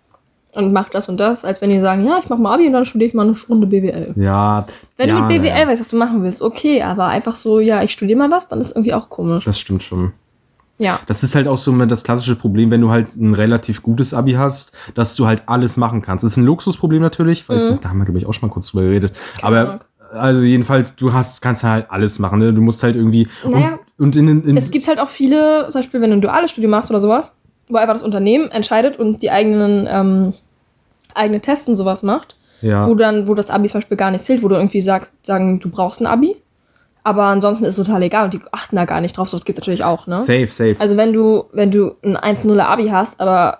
A: und mach das und das, als wenn die sagen, ja, ich mach mal Abi und dann studiere ich mal eine Runde BWL.
B: Ja.
A: Wenn
B: ja,
A: du mit BWL
B: naja,
A: weißt, was du machen willst, okay, aber einfach so, ja, ich studiere mal was, dann ist irgendwie auch komisch.
B: Das stimmt schon.
A: Ja.
B: Das ist halt auch so immer das klassische Problem, wenn du halt ein relativ gutes Abi hast, dass du halt alles machen kannst. Das ist ein Luxusproblem natürlich, weil es- da haben wir, glaube ich, auch schon mal kurz drüber geredet.
A: Mhm. Keine
B: Aber
A: Ahnung.
B: also jedenfalls, du hast, kannst halt alles machen. Ne? Du musst halt irgendwie.
A: Naja.
B: Und, und in, den- in,
A: Es gibt halt auch viele, zum Beispiel, wenn du ein duales Studium machst oder sowas, wo einfach das Unternehmen entscheidet und die eigenen ähm, eigene Tests und sowas macht,
B: ja.
A: wo dann, wo das Abi zum Beispiel gar nicht zählt, wo du irgendwie sagst, sagen, du brauchst ein Abi. Aber ansonsten ist es total egal und die achten da gar nicht drauf. So, das gibt's natürlich auch, ne?
B: Safe, safe.
A: Also wenn du, wenn du ein 1-0 Abi hast, aber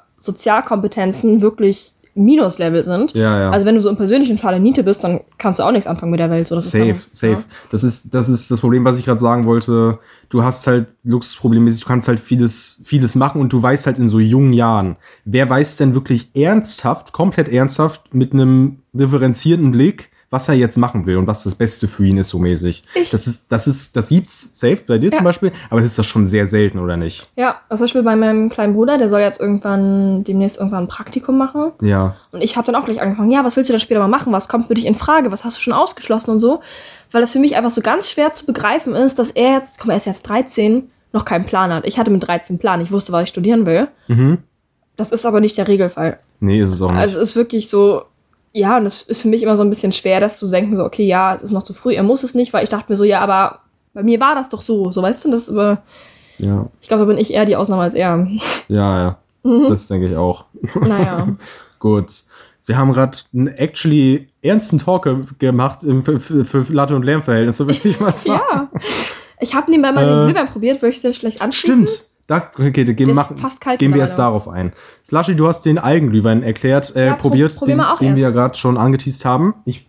A: Sozialkompetenzen wirklich Minuslevel sind,
B: ja, ja.
A: also wenn du so im persönlichen Fall eine Niete bist, dann kannst du auch nichts anfangen mit der Welt. So, das
B: Safe,
A: ist dann, ne?
B: safe. Das, ist, das ist das Problem, was ich gerade sagen wollte. Du hast halt luxusproblemmäßig, du kannst halt vieles, vieles machen und du weißt halt in so jungen Jahren. Wer weiß denn wirklich ernsthaft, komplett ernsthaft, mit einem differenzierten Blick, was er jetzt machen will und was das Beste für ihn ist, so mäßig.
A: Ich-
B: das ist, das ist, das gibt's safe bei dir
A: Ja.
B: zum Beispiel, aber das ist das schon sehr selten, oder nicht?
A: Ja, ja also zum Beispiel bei meinem kleinen Bruder, der soll jetzt irgendwann demnächst irgendwann ein Praktikum machen.
B: Ja.
A: Und ich habe dann auch gleich angefangen, ja, was willst du denn später mal machen? Was kommt für dich in Frage? Was hast du schon ausgeschlossen und so? Weil das für mich einfach so ganz schwer zu begreifen ist, dass er jetzt, komm, er ist jetzt 13, noch keinen Plan hat. Ich hatte mit 13 einen Plan, ich wusste, was ich studieren will.
B: Mhm.
A: Das ist aber nicht der Regelfall.
B: Nee, ist es auch nicht.
A: Also es ist wirklich so, ja, und es ist für mich immer so ein bisschen schwer, das zu denken, so, okay, ja, es ist noch zu früh, er muss es nicht, weil ich dachte mir so, ja, aber bei mir war das doch so, so weißt du, und das ist aber,
B: ja,
A: ich glaube, da bin ich eher die Ausnahme als er.
B: ja, ja.
A: Mhm.
B: Das denke ich auch.
A: Naja,
B: Gut. Wir haben gerade einen actually ernsten Talk ge- gemacht im- für, für, für Latte- und Lärmverhältnisse, würde ich mal sagen.
A: ja. Ich habe nebenbei mal
B: Äh,
A: den Glühwein probiert, würde ich dir schlecht anschließen.
B: Stimmt. Da, okay, da
A: Der
B: gehen,
A: ist
B: machen,
A: fast kalt
B: gehen wir
A: gerade.
B: erst darauf ein. Slushy, du hast den Algenglühwein erklärt, äh,
A: Ja, pro-
B: probiert,
A: probier
B: den,
A: mal auch
B: den wir
A: erst.
B: gerade schon angeteased haben. Ich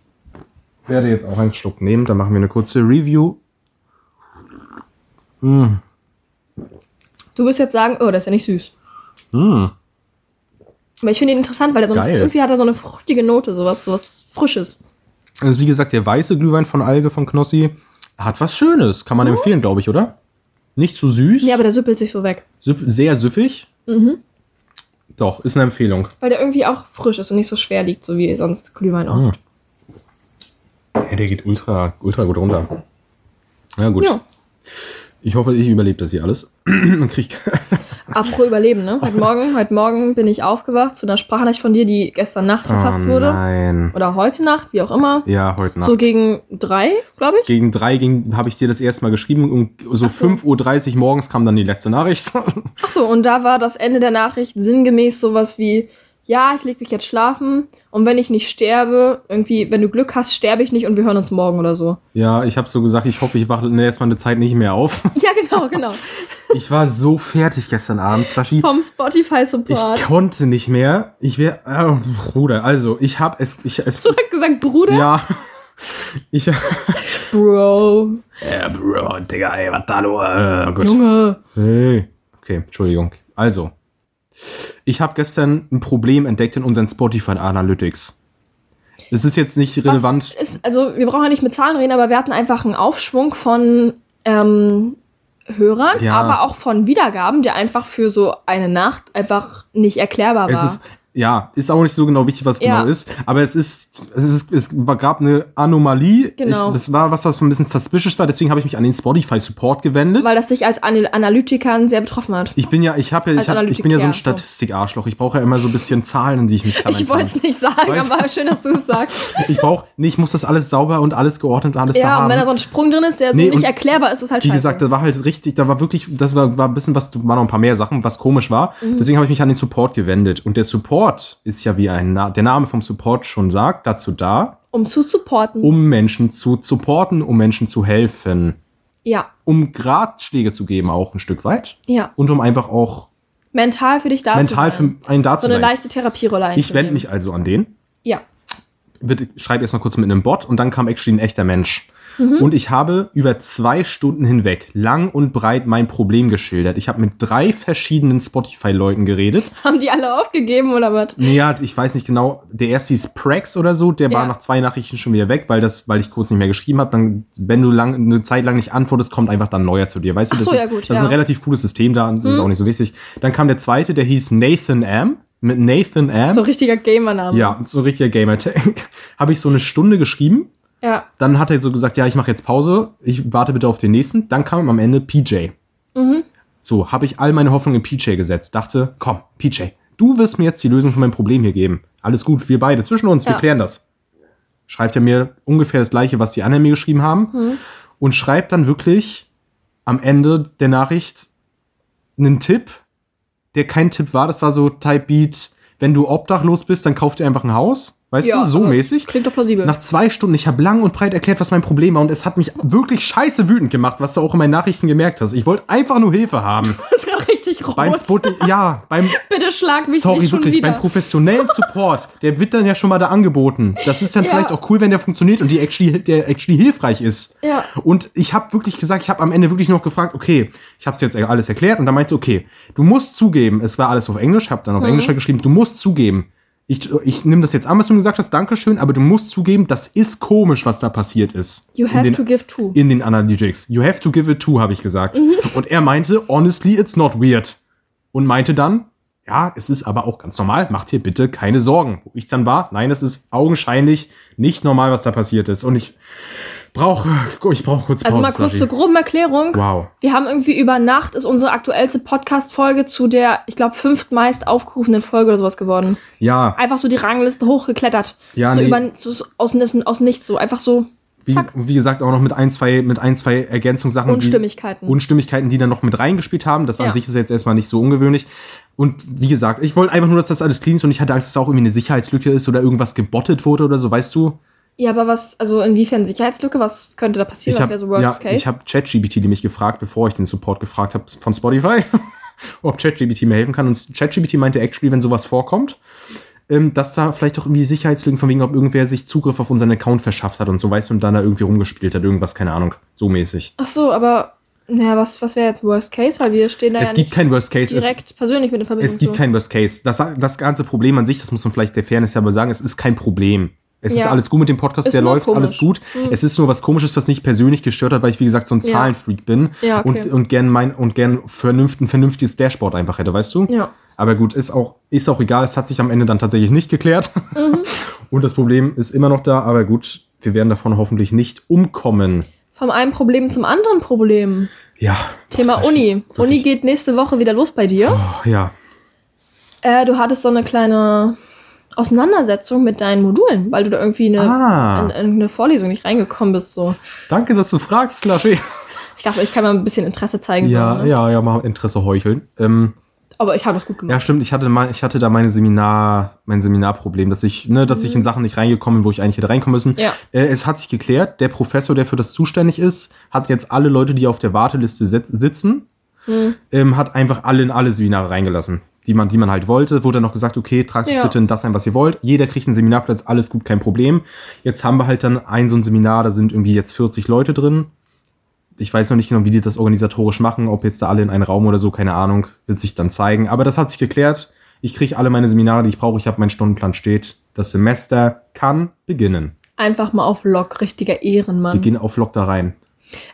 B: werde jetzt auch einen Schluck nehmen, dann machen wir eine kurze Review.
A: Du wirst jetzt sagen, oh, das ist ja nicht süß.
B: Hm.
A: Aber ich finde ihn interessant, weil er so eine,
B: Geil.
A: irgendwie hat er so eine fruchtige Note, sowas, sowas Frisches.
B: Also wie gesagt, der weiße Glühwein von Alge von Knossi hat was Schönes. Kann man empfehlen, glaube ich, oder? Nicht zu süß,
A: Nee, Mhm. aber Mhm. der süppelt sich so weg.
B: süpp- sehr süffig. Doch, ist eine Empfehlung.
A: Weil der irgendwie auch frisch ist und nicht so schwer liegt, so wie sonst Glühwein
B: Hm,
A: oft.
B: Ja, der geht ultra, ultra gut runter. Ja, gut.
A: Ja.
B: Ich hoffe, ich überlebe das hier alles. Und krieg.
A: Apropos Überleben, ne? Heute Morgen, heute Morgen bin ich aufgewacht zu einer Sprachnachricht von dir, die gestern Nacht verfasst wurde.
B: Oh Nein.
A: Oder heute Nacht, wie auch immer.
B: Ja, heute Nacht.
A: So gegen drei, glaube ich.
B: gegen drei ging, habe ich dir das erste Mal geschrieben und so,
A: so.
B: 5.30 Uhr morgens kam dann die letzte Nachricht.
A: Ach so, und da war das Ende der Nachricht sinngemäß sowas wie, ja, ich leg mich jetzt schlafen und wenn ich nicht sterbe, irgendwie, wenn du Glück hast, sterbe ich nicht und wir hören uns morgen oder so.
B: ja, ich habe so gesagt, ich hoffe, ich wache erstmal eine Zeit nicht mehr auf.
A: Ja, genau, genau.
B: Ich war so fertig gestern Abend, Sashi.
A: Vom
B: Ich
A: Spotify-Support.
B: konnte nicht mehr. Ich wäre. Ah, Bruder, also, ich habe es. Ich, es
A: Du hast gesagt, Bruder?
B: ja. Ich.
A: Bro.
B: Äh, Bro, Digga, ey, was da los? Äh, gut.
A: Junge.
B: Hey. Okay, Entschuldigung. Also, ich habe gestern ein Problem entdeckt in unseren Spotify Analytics. Es ist jetzt nicht relevant.
A: Was ist, also, wir brauchen ja nicht mit Zahlen reden, aber wir hatten einfach einen Aufschwung von ähm, Hörern,
B: Ja.
A: aber auch von Wiedergaben, der einfach für so eine Nacht einfach nicht erklärbar war.
B: Es ist ja, ist auch nicht so genau wichtig, was
A: Ja.
B: genau ist, aber es ist, es ist, es war- gab eine Anomalie.
A: Genau.
B: Ich, es war was, was so ein bisschen suspicious war, deswegen habe ich mich an den Spotify Support gewendet.
A: weil das dich als An Analytikern sehr betroffen hat.
B: ich bin ja, ich habe ja, ich,
A: Als
B: hab, ich bin ja so ein
A: Analytiker, so.
B: Statistik-Arschloch. Ich brauche ja immer so ein bisschen Zahlen, an die ich mich klammern
A: Ich
B: kann.
A: wollte es nicht sagen,
B: Weiß-
A: aber schön, dass du es sagst.
B: Ich brauche, nee, ich muss das alles sauber und alles geordnet und alles
A: ja,
B: haben.
A: und wenn da so ein Sprung drin ist, der so
B: Nee, und
A: nicht erklärbar ist, ist halt
B: Wie
A: scheiße.
B: gesagt, da war halt richtig, da war wirklich, das war, war ein bisschen was, waren noch ein paar mehr Sachen, was komisch war.
A: Mhm.
B: Deswegen habe ich mich an den Support gewendet. Und der Support ist ja wie ein, Na der Name vom Support schon sagt, dazu da,
A: um zu supporten.
B: um Menschen zu supporten, um Menschen zu helfen.
A: ja,
B: Um Ratschläge zu geben, auch ein Stück weit.
A: ja.
B: Und um einfach auch
A: Mental für dich da
B: mental
A: zu sein.
B: für einen da
A: so
B: zu
A: eine
B: sein.
A: leichte Therapierolle
B: Ich
A: einzunehmen.
B: wende mich also an den.
A: Ja.
B: Wird- Schreibe erst mal kurz mit einem Bot und dann kam actually ein echter Mensch.
A: Mhm.
B: Und ich habe über zwei Stunden hinweg lang und breit mein Problem geschildert. Ich habe mit drei verschiedenen Spotify-Leuten geredet.
A: Haben die alle aufgegeben oder was?
B: Nee, ja, ich weiß nicht genau. Der erste hieß Prax oder so. Der war
A: Ja.
B: nach zwei Nachrichten schon wieder weg, weil das, weil ich kurz nicht mehr geschrieben habe. Dann, wenn du lang, eine Zeit lang nicht antwortest, kommt einfach dann neuer zu dir. Weißt du,
A: Ach
B: das,
A: so,
B: ist,
A: ja, gut,
B: das ist
A: ja. Mhm.
B: ein relativ cooles System da. Das ist auch nicht so wichtig. Dann kam der zweite, der hieß Nathan M. Mit Nathan M.
A: So ein richtiger Gamer-Name.
B: Ja, so ein richtiger Gamertag. habe ich so eine Stunde geschrieben.
A: ja.
B: Dann hat er so gesagt, ja, ich mache jetzt Pause, ich warte bitte auf den nächsten. Dann kam am Ende PJ. So, habe ich all meine Hoffnung in PJ gesetzt. Dachte, komm, PJ, du wirst mir jetzt die Lösung von meinem Problem hier geben. Alles gut, wir beide zwischen uns, wir
A: Ja.
B: klären das. schreibt er mir ungefähr das gleiche, was die anderen mir geschrieben haben.
A: Mhm.
B: Und schreibt dann wirklich am Ende der Nachricht einen Tipp, der kein Tipp war. Das war so Type Beat, wenn du obdachlos bist, dann kauf dir einfach ein Haus. Weißt
A: Ja,
B: du, so
A: aber
B: mäßig.
A: Klingt doch plausibel.
B: Nach zwei Stunden, ich habe lang und breit erklärt, was mein Problem war und es hat mich wirklich scheiße wütend gemacht, was du auch in meinen Nachrichten gemerkt hast. Ich wollte einfach nur Hilfe haben.
A: ist gerade richtig rot.
B: Beim Spot, ja, beim,
A: Bitte schlag mich
B: sorry,
A: nicht schon
B: wirklich,
A: wieder.
B: beim professionellen Support, der wird dann ja schon mal da angeboten. Das ist dann
A: Ja.
B: vielleicht auch cool, wenn der funktioniert und die actually, der actually hilfreich ist.
A: Ja.
B: Und ich habe wirklich gesagt, ich habe am Ende wirklich noch gefragt, okay, ich habe es jetzt alles erklärt und dann meinst du, okay, du musst zugeben, es war alles auf Englisch, habe
A: Mhm.
B: dann auf Englisch geschrieben, du musst zugeben. Ich, ich nehme das jetzt an, was du gesagt hast, Dankeschön, aber du musst zugeben, das ist komisch, was da passiert ist.
A: You
B: In
A: have
B: den-
A: to give two. Mhm.
B: in den Analytics. You have to give it to, habe ich gesagt. Und er meinte, honestly, it's not weird. Und meinte dann, ja, es ist aber auch ganz normal, macht hier bitte keine Sorgen. Wo ich dann war, nein, es ist augenscheinlich nicht normal, was da passiert ist. Und ich brauche, ich brauche kurz Pause.
A: Also mal kurz zur
B: Sashi.
A: groben Erklärung.
B: wow.
A: Wir haben irgendwie über Nacht ist unsere aktuellste Podcast-Folge zu der, ich glaube, fünftmeist aufgerufenen Folge oder sowas geworden.
B: Ja,
A: Einfach so die Rangliste hochgeklettert.
B: Ja,
A: so
B: nee.
A: über, so, so aus, dem- aus dem Nichts so. Einfach so,
B: wie,
A: zack.
B: wie gesagt, auch noch mit ein, zwei, mit ein, zwei Ergänzungssachen. die-
A: Unstimmigkeiten.
B: Unstimmigkeiten, die dann noch mit reingespielt haben. Das an
A: Ja.
B: sich ist jetzt erstmal nicht so ungewöhnlich. Und wie gesagt, ich wollte einfach nur, dass das alles clean ist und ich hatte Angst, dass da auch irgendwie eine Sicherheitslücke ist oder irgendwas gebottet wurde oder so, weißt du?
A: ja, aber was, also inwiefern Sicherheitslücke? Was könnte da passieren?
B: Ich
A: was
B: habe
A: wäre so Worst
B: ja,
A: Case?
B: ich hab ChatGPT nämlich gefragt, bevor ich den Support gefragt habe von Spotify, ob ChatGPT mir helfen kann. Und ChatGPT meinte actually, wenn sowas vorkommt, ähm, dass da vielleicht auch irgendwie Sicherheitslücken von wegen, ob irgendwer sich Zugriff auf unseren Account verschafft hat und so, weißt du, und dann da irgendwie rumgespielt hat, irgendwas, keine Ahnung, so mäßig.
A: Ach so, aber naja, was, was wäre jetzt Worst Case? Weil wir stehen da
B: es
A: ja
B: gibt
A: nicht
B: kein Worst Case. Es,
A: direkt persönlich mit in Verbindung.
B: Es gibt
A: so.
B: kein Worst Case. Das, das ganze Problem an sich, das muss man vielleicht der Fairness aber sagen, es ist kein Problem. Es ist
A: Ja.
B: alles gut mit dem Podcast,
A: Ist
B: der
A: nur
B: läuft,
A: komisch. Mhm.
B: alles gut. Es ist nur was Komisches, was mich persönlich gestört hat, weil ich, wie gesagt, so ein
A: Ja.
B: Zahlenfreak bin
A: Ja, okay.
B: und, und gern mein und gern vernünft, ein vernünftiges Dashboard einfach hätte, weißt du?
A: Ja.
B: Aber gut, ist auch, ist auch egal. Es hat sich am Ende dann tatsächlich nicht geklärt.
A: Mhm.
B: Und das Problem ist immer noch da, aber gut, wir werden davon hoffentlich nicht umkommen.
A: Vom einen Problem zum anderen Problem.
B: Ja.
A: Thema
B: Boah,
A: Uni.
B: wirklich.
A: Uni geht nächste Woche wieder los bei dir.
B: Oh, ja.
A: Äh, du hattest so eine kleine Auseinandersetzung mit deinen Modulen, weil du da irgendwie eine,
B: Ah.
A: in, in eine Vorlesung nicht reingekommen bist. So.
B: Danke, dass du fragst, Lasche. Ich
A: Ich dachte, ich kann mal ein bisschen Interesse zeigen. so,
B: Ja,
A: ne?
B: ja, ja, mal Interesse heucheln. Ähm,
A: Aber ich habe das gut
B: ja,
A: gemacht.
B: stimmt, ich hatte, mal, ich hatte da meine Seminar, mein Seminarproblem, dass ich, ne, dass ich in Sachen nicht reingekommen bin, wo ich eigentlich hätte reinkommen müssen.
A: Mhm. Ja.
B: Äh, es hat sich geklärt, der Professor, der für das zuständig ist, hat jetzt alle Leute, die auf der Warteliste sit- sitzen, ähm, hat einfach alle in alle Seminare reingelassen. Die man, die man halt wollte, wurde dann noch gesagt, okay, tragt euch
A: Ja.
B: bitte in das ein, was ihr wollt. Jeder kriegt einen Seminarplatz, alles gut, kein Problem. Jetzt haben wir halt dann ein so ein Seminar, da sind irgendwie jetzt 40 Leute drin ich weiß noch nicht genau, wie die das organisatorisch machen, ob jetzt da alle in einen Raum oder so, keine Ahnung, wird sich dann zeigen. Aber das hat sich geklärt. Ich kriege alle meine Seminare, die ich brauche. Ich habe meinen Stundenplan steht. Das Semester kann beginnen.
A: Einfach mal auf Lock, richtiger
B: Wir
A: Ehrenmann.
B: gehen auf Lock da rein.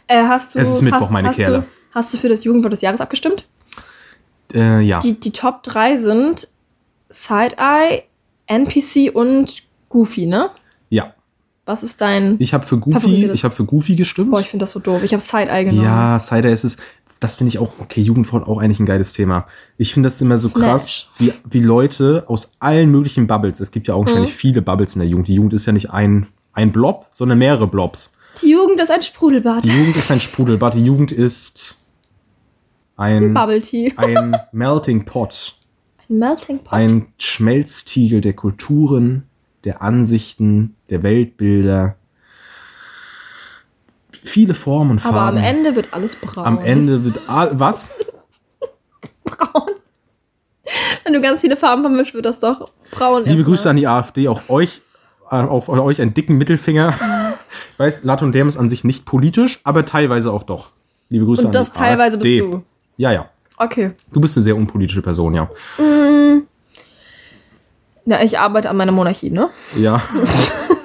A: Äh, hast du,
B: Es ist Mittwoch,
A: hast,
B: meine
A: hast
B: Kerle.
A: Du, hast du für das Jugendwort des Jahres abgestimmt?
B: Äh, ja.
A: Die, die Top 3 sind Side-Eye, NPC und Goofy, ne?
B: ja.
A: Was ist dein.
B: Ich habe für Goofy,
A: Favorisiertes-
B: ich habe für Goofy gestimmt.
A: Boah, ich finde das so doof. Ich habe Side-Eye genommen.
B: Ja, Cider ist es. Das finde ich auch, okay, Jugendfrauen auch eigentlich ein geiles Thema. Ich finde das immer so
A: Smash.
B: krass, wie, wie Leute aus allen möglichen Bubbles, es gibt ja
A: Mhm.
B: augenscheinlich viele Bubbles in der Jugend. Die Jugend ist ja nicht ein, ein Blob, sondern mehrere Blobs.
A: Die Jugend ist ein Sprudelbad.
B: Die Jugend ist ein Sprudelbad, die Jugend ist ein,
A: Bubble Tea.
B: ein Melting Pot,
A: Ein Melting Pot.
B: ein Schmelztiegel der Kulturen, der Ansichten, der Weltbilder. Viele Formen und Farben.
A: Aber am Ende wird alles braun.
B: Am Ende wird. all- Was?
A: Braun. Wenn du ganz viele Farben vermischt, wird das doch braun.
B: Liebe
A: erstmal.
B: Grüße an die AfD, auch euch, äh, auch an euch einen dicken Mittelfinger. Ich weiß, Laton Derm ist an sich nicht politisch, aber teilweise auch doch. Liebe Grüße
A: Und
B: an
A: das
B: die
A: teilweise bist
B: AfD.
A: du.
B: Ja, ja.
A: Okay.
B: Du bist eine sehr unpolitische Person, ja.
A: Na, ich arbeite an meiner Monarchie, ne?
B: Ja.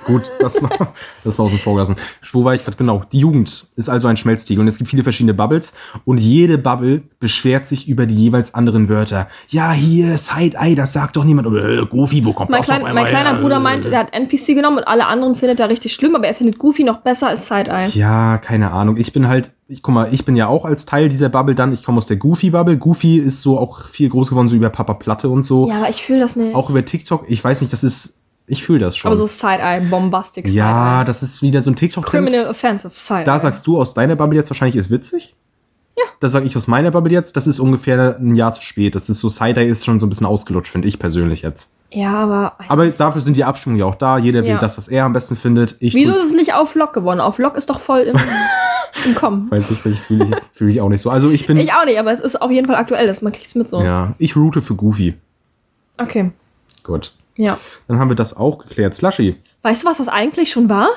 B: Gut, das war, das war außen vor gelassen. Wo war ich gerade? Genau. Die Jugend ist also ein Schmelztiegel und es gibt viele verschiedene Bubbles und jede Bubble beschwert sich über die jeweils anderen Wörter. Ja, hier, Side-Eye, das sagt doch niemand. Oder, äh, Goofy, wo kommt
A: Mein,
B: das
A: klein,
B: auf einmal
A: mein kleiner
B: her?
A: Bruder meint, der hat NPC genommen und alle anderen findet er richtig schlimm, aber er findet Goofy noch besser als Side-Eye.
B: Ja, keine Ahnung. Ich bin halt, ich guck mal, ich bin ja auch als Teil dieser Bubble dann. Ich komme aus der Goofy-Bubble. Goofy ist so auch viel groß geworden, so über Papa Platte und so.
A: Ja, aber ich fühle das nicht.
B: Auch über TikTok. Ich weiß nicht, das ist, Ich fühle das schon.
A: Aber so Side-Eye, Bombastic Side-Eye.
B: ja, das ist wieder so ein TikTok-Trend.
A: ne? Criminal Offensive Side-Eye.
B: Da sagst du aus deiner Bubble jetzt wahrscheinlich, ist witzig.
A: Ja.
B: Das sage ich aus meiner Bubble jetzt, das ist ungefähr ein Jahr zu spät. Das ist so, Side-Eye ist schon so ein bisschen ausgelutscht, finde ich persönlich jetzt.
A: Ja, aber.
B: Aber dafür sind die Abstimmungen ja auch da. Jeder
A: Ja.
B: wählt das, was er am besten findet. Ich
A: Wieso
B: drück-
A: ist es nicht auf Lock geworden? Auf Lock ist doch voll im, im Kommen.
B: weiß ich nicht, fühle ich, fühl ich auch nicht so. Also ich bin,
A: Ich auch nicht, aber es ist auf jeden Fall aktuell. Das, man kriegt es mit so.
B: ja, ich route für Goofy.
A: Okay.
B: Gut.
A: Ja.
B: Dann haben wir das auch geklärt. Slushy.
A: Weißt du, was das eigentlich schon war?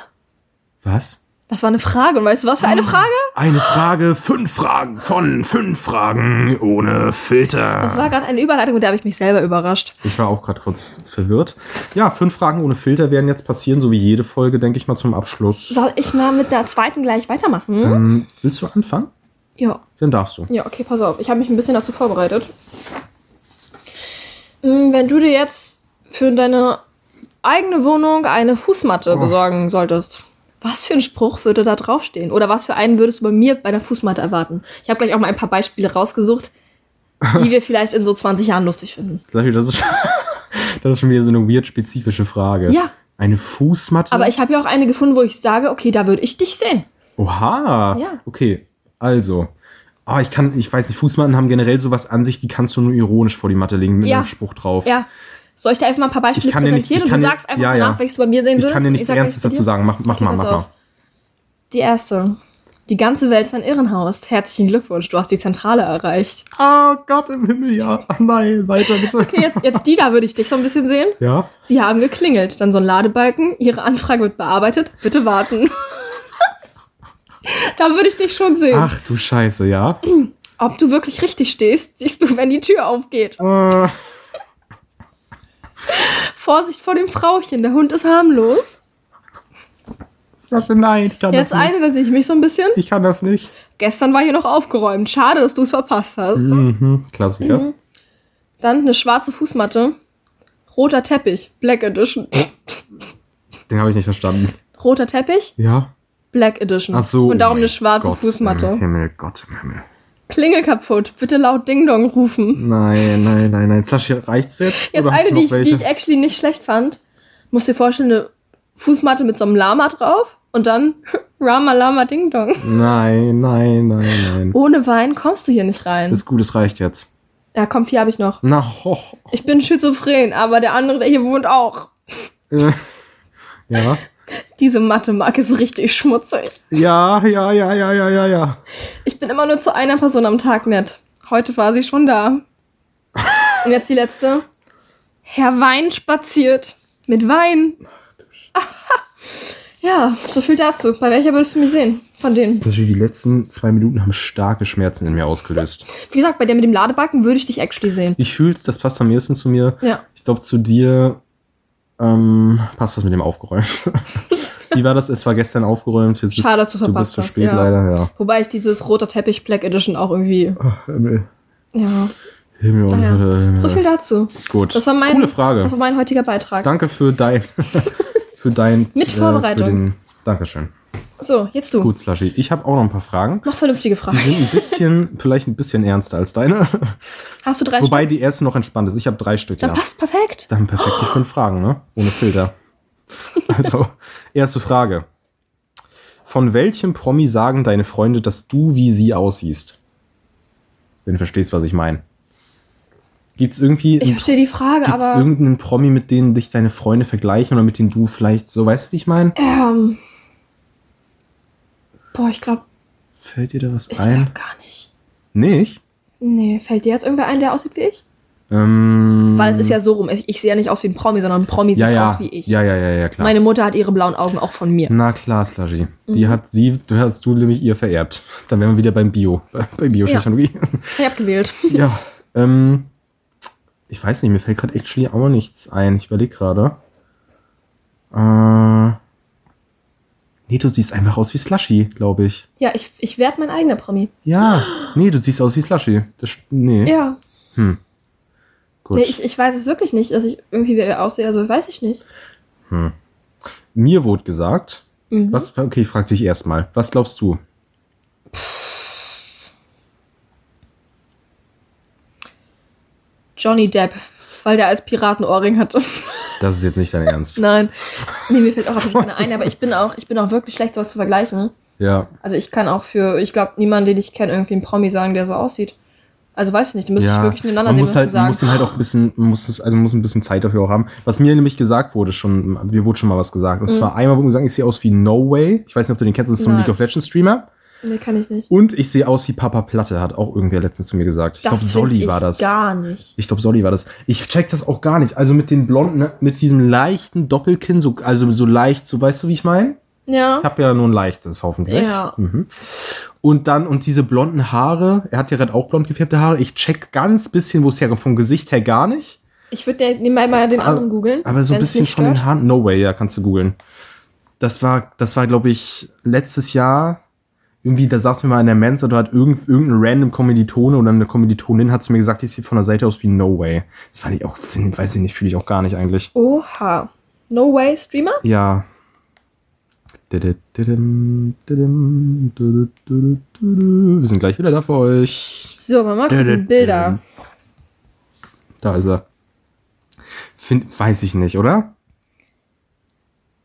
B: Was?
A: Das war eine Frage. Und weißt du, was
B: Ah.
A: für eine Frage?
B: Eine Frage, fünf Fragen von fünf Fragen ohne
A: Das
B: Filter.
A: war gerade eine Überleitung, mit der habe ich mich selber überrascht.
B: Ich war auch gerade kurz verwirrt. Ja, fünf Fragen ohne Filter werden jetzt passieren, so wie jede Folge, denke ich mal, zum Abschluss.
A: Soll ich mal mit der zweiten gleich weitermachen?
B: Ähm, willst du anfangen?
A: Ja.
B: Dann darfst du.
A: Ja, okay, pass auf. Ich habe mich ein bisschen dazu vorbereitet. Hm, Wenn du dir jetzt für deine eigene Wohnung eine Fußmatte
B: Oh.
A: besorgen solltest, was für einen Spruch würde da draufstehen? Oder was für einen würdest du bei mir bei der Fußmatte erwarten? Ich habe gleich auch mal ein paar Beispiele rausgesucht, die wir vielleicht in so 20 Jahren lustig finden.
B: Slushy, das ist, das ist schon wieder so eine weird spezifische Frage.
A: Ja.
B: Eine Fußmatte?
A: Aber ich habe ja auch eine gefunden, wo ich sage, okay, da würde ich dich sehen.
B: Oha.
A: Ja.
B: Okay, also. Ah, ich kann, ich weiß nicht, Fußmatten haben generell sowas an sich, die kannst du nur ironisch vor die Matte legen mit
A: Ja.
B: einem Spruch drauf.
A: Ja. Soll ich da einfach mal ein paar Beispiele
B: Ich kann dir nicht-
A: präsentieren
B: ich
A: und
B: kann
A: du
B: dir-
A: sagst einfach
B: ja, ja.
A: danach, welches du bei mir sehen
B: Ich
A: würdest?
B: kann dir nichts
A: sag gleich
B: Ernstes
A: bei dir.
B: dazu sagen. Mach, mach
A: Okay,
B: mal,
A: pass
B: mach
A: auf.
B: mal.
A: Die erste. Die ganze Welt ist ein Irrenhaus. Herzlichen Glückwunsch, du hast die Zentrale erreicht.
B: Ah, Gott im Himmel, ja. Nein, weiter bitte.
A: Okay, jetzt, jetzt die da würde ich dich so ein bisschen sehen.
B: Ja?
A: Sie haben geklingelt. Dann so ein Ladebalken. Ihre Anfrage wird bearbeitet. Bitte warten. da würde ich dich schon sehen.
B: Ach du Scheiße, ja.
A: Ob du wirklich richtig stehst, siehst du, wenn die Tür aufgeht.
B: Äh,
A: Vorsicht vor dem Frauchen. Der Hund ist harmlos.
B: Flasche, nein, ich kann
A: Jetzt
B: das nicht.
A: eine, da sehe ich mich so ein bisschen.
B: Ich kann das nicht.
A: Gestern war hier noch aufgeräumt. Schade, dass du es verpasst hast.
B: Mhm, Klassiker.
A: Dann eine schwarze Fußmatte. Roter Teppich. Black Edition.
B: Den habe ich nicht verstanden.
A: Roter Teppich.
B: Ja?
A: Black Edition.
B: Ach so.
A: Und darum
B: oh
A: eine schwarze
B: Gott Im
A: Fußmatte.
B: Himmel, Gott im Himmel.
A: Klingel kaputt. Bitte laut Ding Dong rufen.
B: Nein, nein, nein, nein. Flasche, reicht's jetzt?
A: Jetzt
B: Oder hast
A: eine,
B: du noch
A: die ich, die
B: welche?
A: ich actually nicht schlecht fand. Musst dir vorstellen, eine Fußmatte mit so einem Lama drauf und dann Rama Lama Ding Dong.
B: Nein, nein, nein, nein.
A: Ohne Wein kommst du hier nicht rein.
B: Ist gut, es reicht jetzt.
A: Ja, komm, vier habe ich noch.
B: Na, hoch.
A: Ich bin schizophren, aber der andere, der hier wohnt, auch.
B: Äh, Ja.
A: Diese Matte mag es richtig schmutzig.
B: Ja, ja, ja, ja, ja, ja, ja.
A: Ich bin immer nur zu einer Person am Tag nett. Heute war sie schon da. Und jetzt die letzte. Herr Wein spaziert. Mit Wein. ja, so viel dazu. Bei welcher würdest du mich sehen? Von denen.
B: Das ist die letzten zwei Minuten haben starke Schmerzen in mir ausgelöst.
A: Wie gesagt, bei der mit dem Ladebalken würde ich dich actually sehen.
B: Ich fühl's, das passt am ehesten zu mir.
A: Ja.
B: Ich glaube, zu dir ähm, passt das mit dem aufgeräumt. Wie war das? Es war gestern aufgeräumt. Jetzt
A: Schade, dass du
B: bist, du
A: verpasst
B: bist zu
A: hast,
B: spät,
A: ja.
B: leider. Ja.
A: Wobei ich dieses roter Teppich Black Edition auch irgendwie.
B: Ach, Himmel.
A: Ah, Ja,
B: Himmel und
A: naja.
B: Hölle.
A: So viel dazu.
B: Gut.
A: Das war mein,
B: Coole Frage.
A: Das war mein heutiger Beitrag.
B: Danke für dein. für dein
A: Mit Vorbereitung.
B: für den- Dankeschön.
A: So, jetzt du.
B: Gut, Slushy. Ich habe auch noch ein paar Fragen.
A: Noch vernünftige Fragen.
B: Die sind ein bisschen, vielleicht ein bisschen ernster als deine.
A: Hast du drei
B: Wobei die erste noch entspannt ist. Ich habe drei Stück,
A: Dann
B: ja.
A: passt perfekt.
B: Dann perfekt die fünf Fragen, ne? Ohne Filter. Also, erste Frage. Von welchem Promi sagen deine Freunde, dass du wie sie aussiehst? Wenn du verstehst, was ich meine. Gibt es irgendwie
A: Ich verstehe die Frage,
B: gibt's
A: aber.
B: irgendeinen Promi, mit denen dich deine Freunde vergleichen oder mit denen du vielleicht, so weißt du, wie ich meine?
A: Ähm. Boah, ich glaube,
B: Fällt dir da was
A: ich
B: ein?
A: glaube gar nicht.
B: Nicht?
A: Nee, fällt dir jetzt irgendwer ein, der aussieht wie ich?
B: Ähm,
A: Weil es ist ja so rum. Ich, ich sehe ja nicht aus wie ein Promi, sondern ein Promi
B: ja,
A: sieht
B: ja.
A: aus wie ich.
B: Ja, ja, ja, ja, Hm. klar.
A: Meine Mhm. Mutter hat ihre blauen Augen auch von mir.
B: Na klar, Slushy. Die hat sie, du hast du nämlich ihr vererbt. Dann wären wir wieder beim Bio, bei, bei Biotechnologie.
A: Ich habe gewählt.
B: Ja. ähm, ich weiß nicht, mir fällt gerade actually auch nichts ein. Ich überlege gerade. Äh, nee, du siehst einfach aus wie Slushy, glaube ich.
A: Ja, ich, ich werde mein eigener Promi.
B: Ja. Nee, du siehst aus wie Slushy. Das, st- nee,
A: Ja.
B: Hm. gut.
A: Nee, ich, ich weiß es wirklich nicht, dass ich irgendwie wie er aussehe. Also weiß ich nicht.
B: Mir wurde gesagt,
A: Mhm.
B: was, okay, ich frag dich erstmal. Was glaubst du?
A: Johnny Depp, weil der als Piraten Ohrring hatte.
B: Das ist jetzt nicht dein Ernst.
A: Nein. Nee, mir fällt auch absolut keiner ein, aber ich bin auch, ich bin auch wirklich schlecht, sowas zu vergleichen.
B: Ja.
A: Also ich kann auch für, ich glaube, niemanden, den ich kenne, irgendwie einen Promi sagen, der so aussieht. Also weiß ich nicht, da müsste ich
B: Ja,
A: wirklich nebeneinander sehen,
B: man muss
A: um
B: halt,
A: zu sagen.
B: man muss dann halt auch ein bisschen, man muss es, also man muss ein bisschen Zeit dafür auch haben. Was mir nämlich gesagt wurde schon, mir wurde schon mal was gesagt. Und zwar einmal wurde mir gesagt, ich sehe aus wie No Way. Ich weiß nicht, ob du den kennst, das ist so ein
A: Mhm. Nein.
B: League of Legends Streamer.
A: nee, kann ich nicht.
B: Und ich sehe aus wie Papa Platte, hat auch irgendwer letztens zu mir gesagt. Ich glaube,
A: find
B: Solly
A: ich
B: war das.
A: Gar nicht.
B: Ich glaube, Solly war das. Ich check das auch gar nicht. Also mit den blonden, ne, mit diesem leichten Doppelkinn, so, also so leicht, so weißt du, wie ich meine?
A: Ja.
B: Ich habe ja nur ein leichtes, hoffentlich.
A: Ja.
B: Mhm. Und dann, und diese blonden Haare, er hat ja gerade auch blond gefärbte Haare. Ich check ganz bisschen, wo es herkommt. Vom Gesicht her gar nicht.
A: Ich würde ja nebenbei mal den
B: Aber-
A: anderen googeln.
B: Aber so ein
A: wenn's
B: bisschen
A: nicht
B: von den
A: stört.
B: Haaren. No way, ja, kannst du googeln. Das war, das war, glaube ich, letztes Jahr. Irgendwie, da saßen wir mal in der Mensa, da hat irgend, irgendein random Kommilitone oder eine Kommilitonin hat zu mir gesagt, ich sehe von der Seite aus wie No Way. Das fand ich auch, find- weiß ich nicht, fühle ich auch gar nicht eigentlich.
A: Oha. No way, Streamer?
B: Ja. Wir sind gleich wieder da für euch.
A: So, wir mal gucken. Bilder.
B: Da ist er. Find, weiß ich nicht, oder?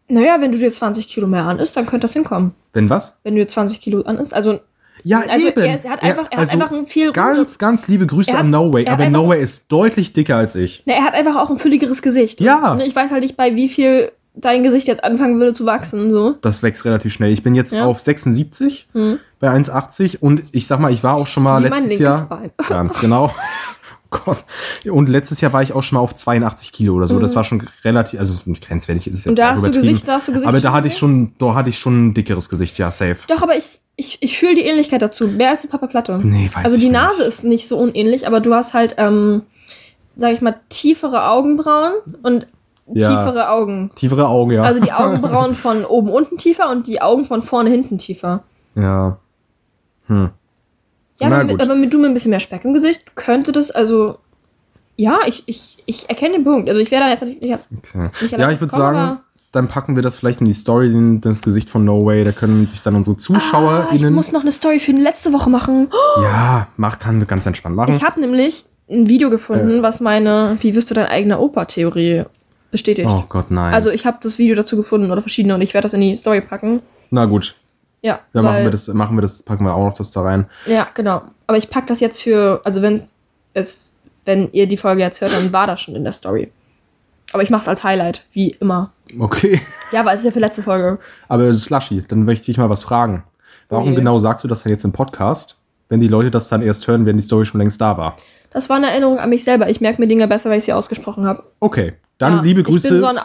A: Naja, wenn du dir 20 Kilo mehr an isst, dann könnte das hinkommen.
B: Wenn was?
A: Wenn du dir 20 Kilo an isst. Also,
B: Ja,
A: also
B: eben.
A: er, er hat einfach, er
B: also
A: hat einfach ein viel rundes-
B: ganz, ganz liebe Grüße
A: Er hat-
B: an No Way,
A: er hat
B: aber
A: einfach-
B: No Way ist deutlich dicker als ich.
A: Na, ne, er hat einfach auch ein fülligeres Gesicht.
B: Ja.
A: Und, ne, ich weiß halt nicht, bei wie viel dein Gesicht jetzt anfangen würde zu wachsen. So.
B: Das wächst relativ schnell. Ich bin jetzt
A: Ja.
B: auf 76
A: Hm.
B: bei 1,80 und ich sag mal, ich war auch schon mal
A: Wie mein
B: letztes
A: linkes
B: Jahr.
A: Bein.
B: Ganz genau. Oh Gott. Und letztes Jahr war ich auch schon mal auf 82 Kilo oder so. Das war schon relativ, also grenzwertig ist es jetzt
A: Hm. Und da
B: auch
A: hast du
B: übertrieben.
A: Gesicht- da hast du Gesicht
B: Aber da
A: schon
B: hatte ich
A: gesehen?
B: schon, da hatte ich schon ein dickeres Gesicht, ja, safe.
A: Doch, aber ich, ich, ich fühle die Ähnlichkeit dazu. Mehr als zu Papa Platte.
B: Nee, weiß
A: also
B: ich
A: die
B: nicht.
A: Nase ist nicht so unähnlich, aber du hast halt, ähm, sag ich mal, tiefere Augenbrauen und
B: Ja.
A: tiefere Augen.
B: Tiefere Augen, ja.
A: Also die Augenbrauen von oben unten tiefer und die Augen von vorne hinten tiefer.
B: ja.
A: Ja,
B: Na
A: aber mit,
B: gut.
A: aber mit du mit ein bisschen mehr Speck im Gesicht könnte das also. Ja, ich, ich, ich erkenne den Punkt. Also ich wäre da jetzt natürlich nicht.
B: Okay.
A: Nicht
B: Ja,
A: allein
B: ich würde
A: gekommen,
B: sagen,
A: aber-
B: dann packen wir das vielleicht in die Story, den, das Gesicht von No Way. Da können sich dann unsere
A: Ah, ich
B: ZuschauerInnen.
A: muss noch eine Story für letzte Woche machen.
B: Oh. ja, mach, kann wir ganz entspannt machen.
A: Ich habe nämlich ein Video gefunden,
B: Äh.
A: was meine, wie wirst du dein eigener Opa-Theorie bestätigt.
B: Oh Gott, nein.
A: Also ich habe das Video dazu gefunden oder verschiedene und ich werde das in die Story packen.
B: Na gut,
A: Ja,
B: dann
A: weil-
B: machen wir das, machen wir das, packen wir auch noch das da rein.
A: Ja, genau. Aber ich pack das jetzt für, also wenn es, wenn ihr die Folge jetzt hört, dann war das schon in der Story. Aber ich mach's als Highlight, wie immer.
B: Okay.
A: Ja, weil es ist ja für letzte Folge.
B: Aber Slushy, dann möchte ich mal was fragen. Warum
A: Okay.
B: genau sagst du das dann jetzt im Podcast, wenn die Leute das dann erst hören, wenn die Story schon längst da war?
A: Das war eine Erinnerung an mich selber. Ich merke mir Dinge besser, weil ich sie ausgesprochen habe.
B: Okay, dann
A: ja,
B: liebe
A: Ich bin
B: Grüße.
A: so ein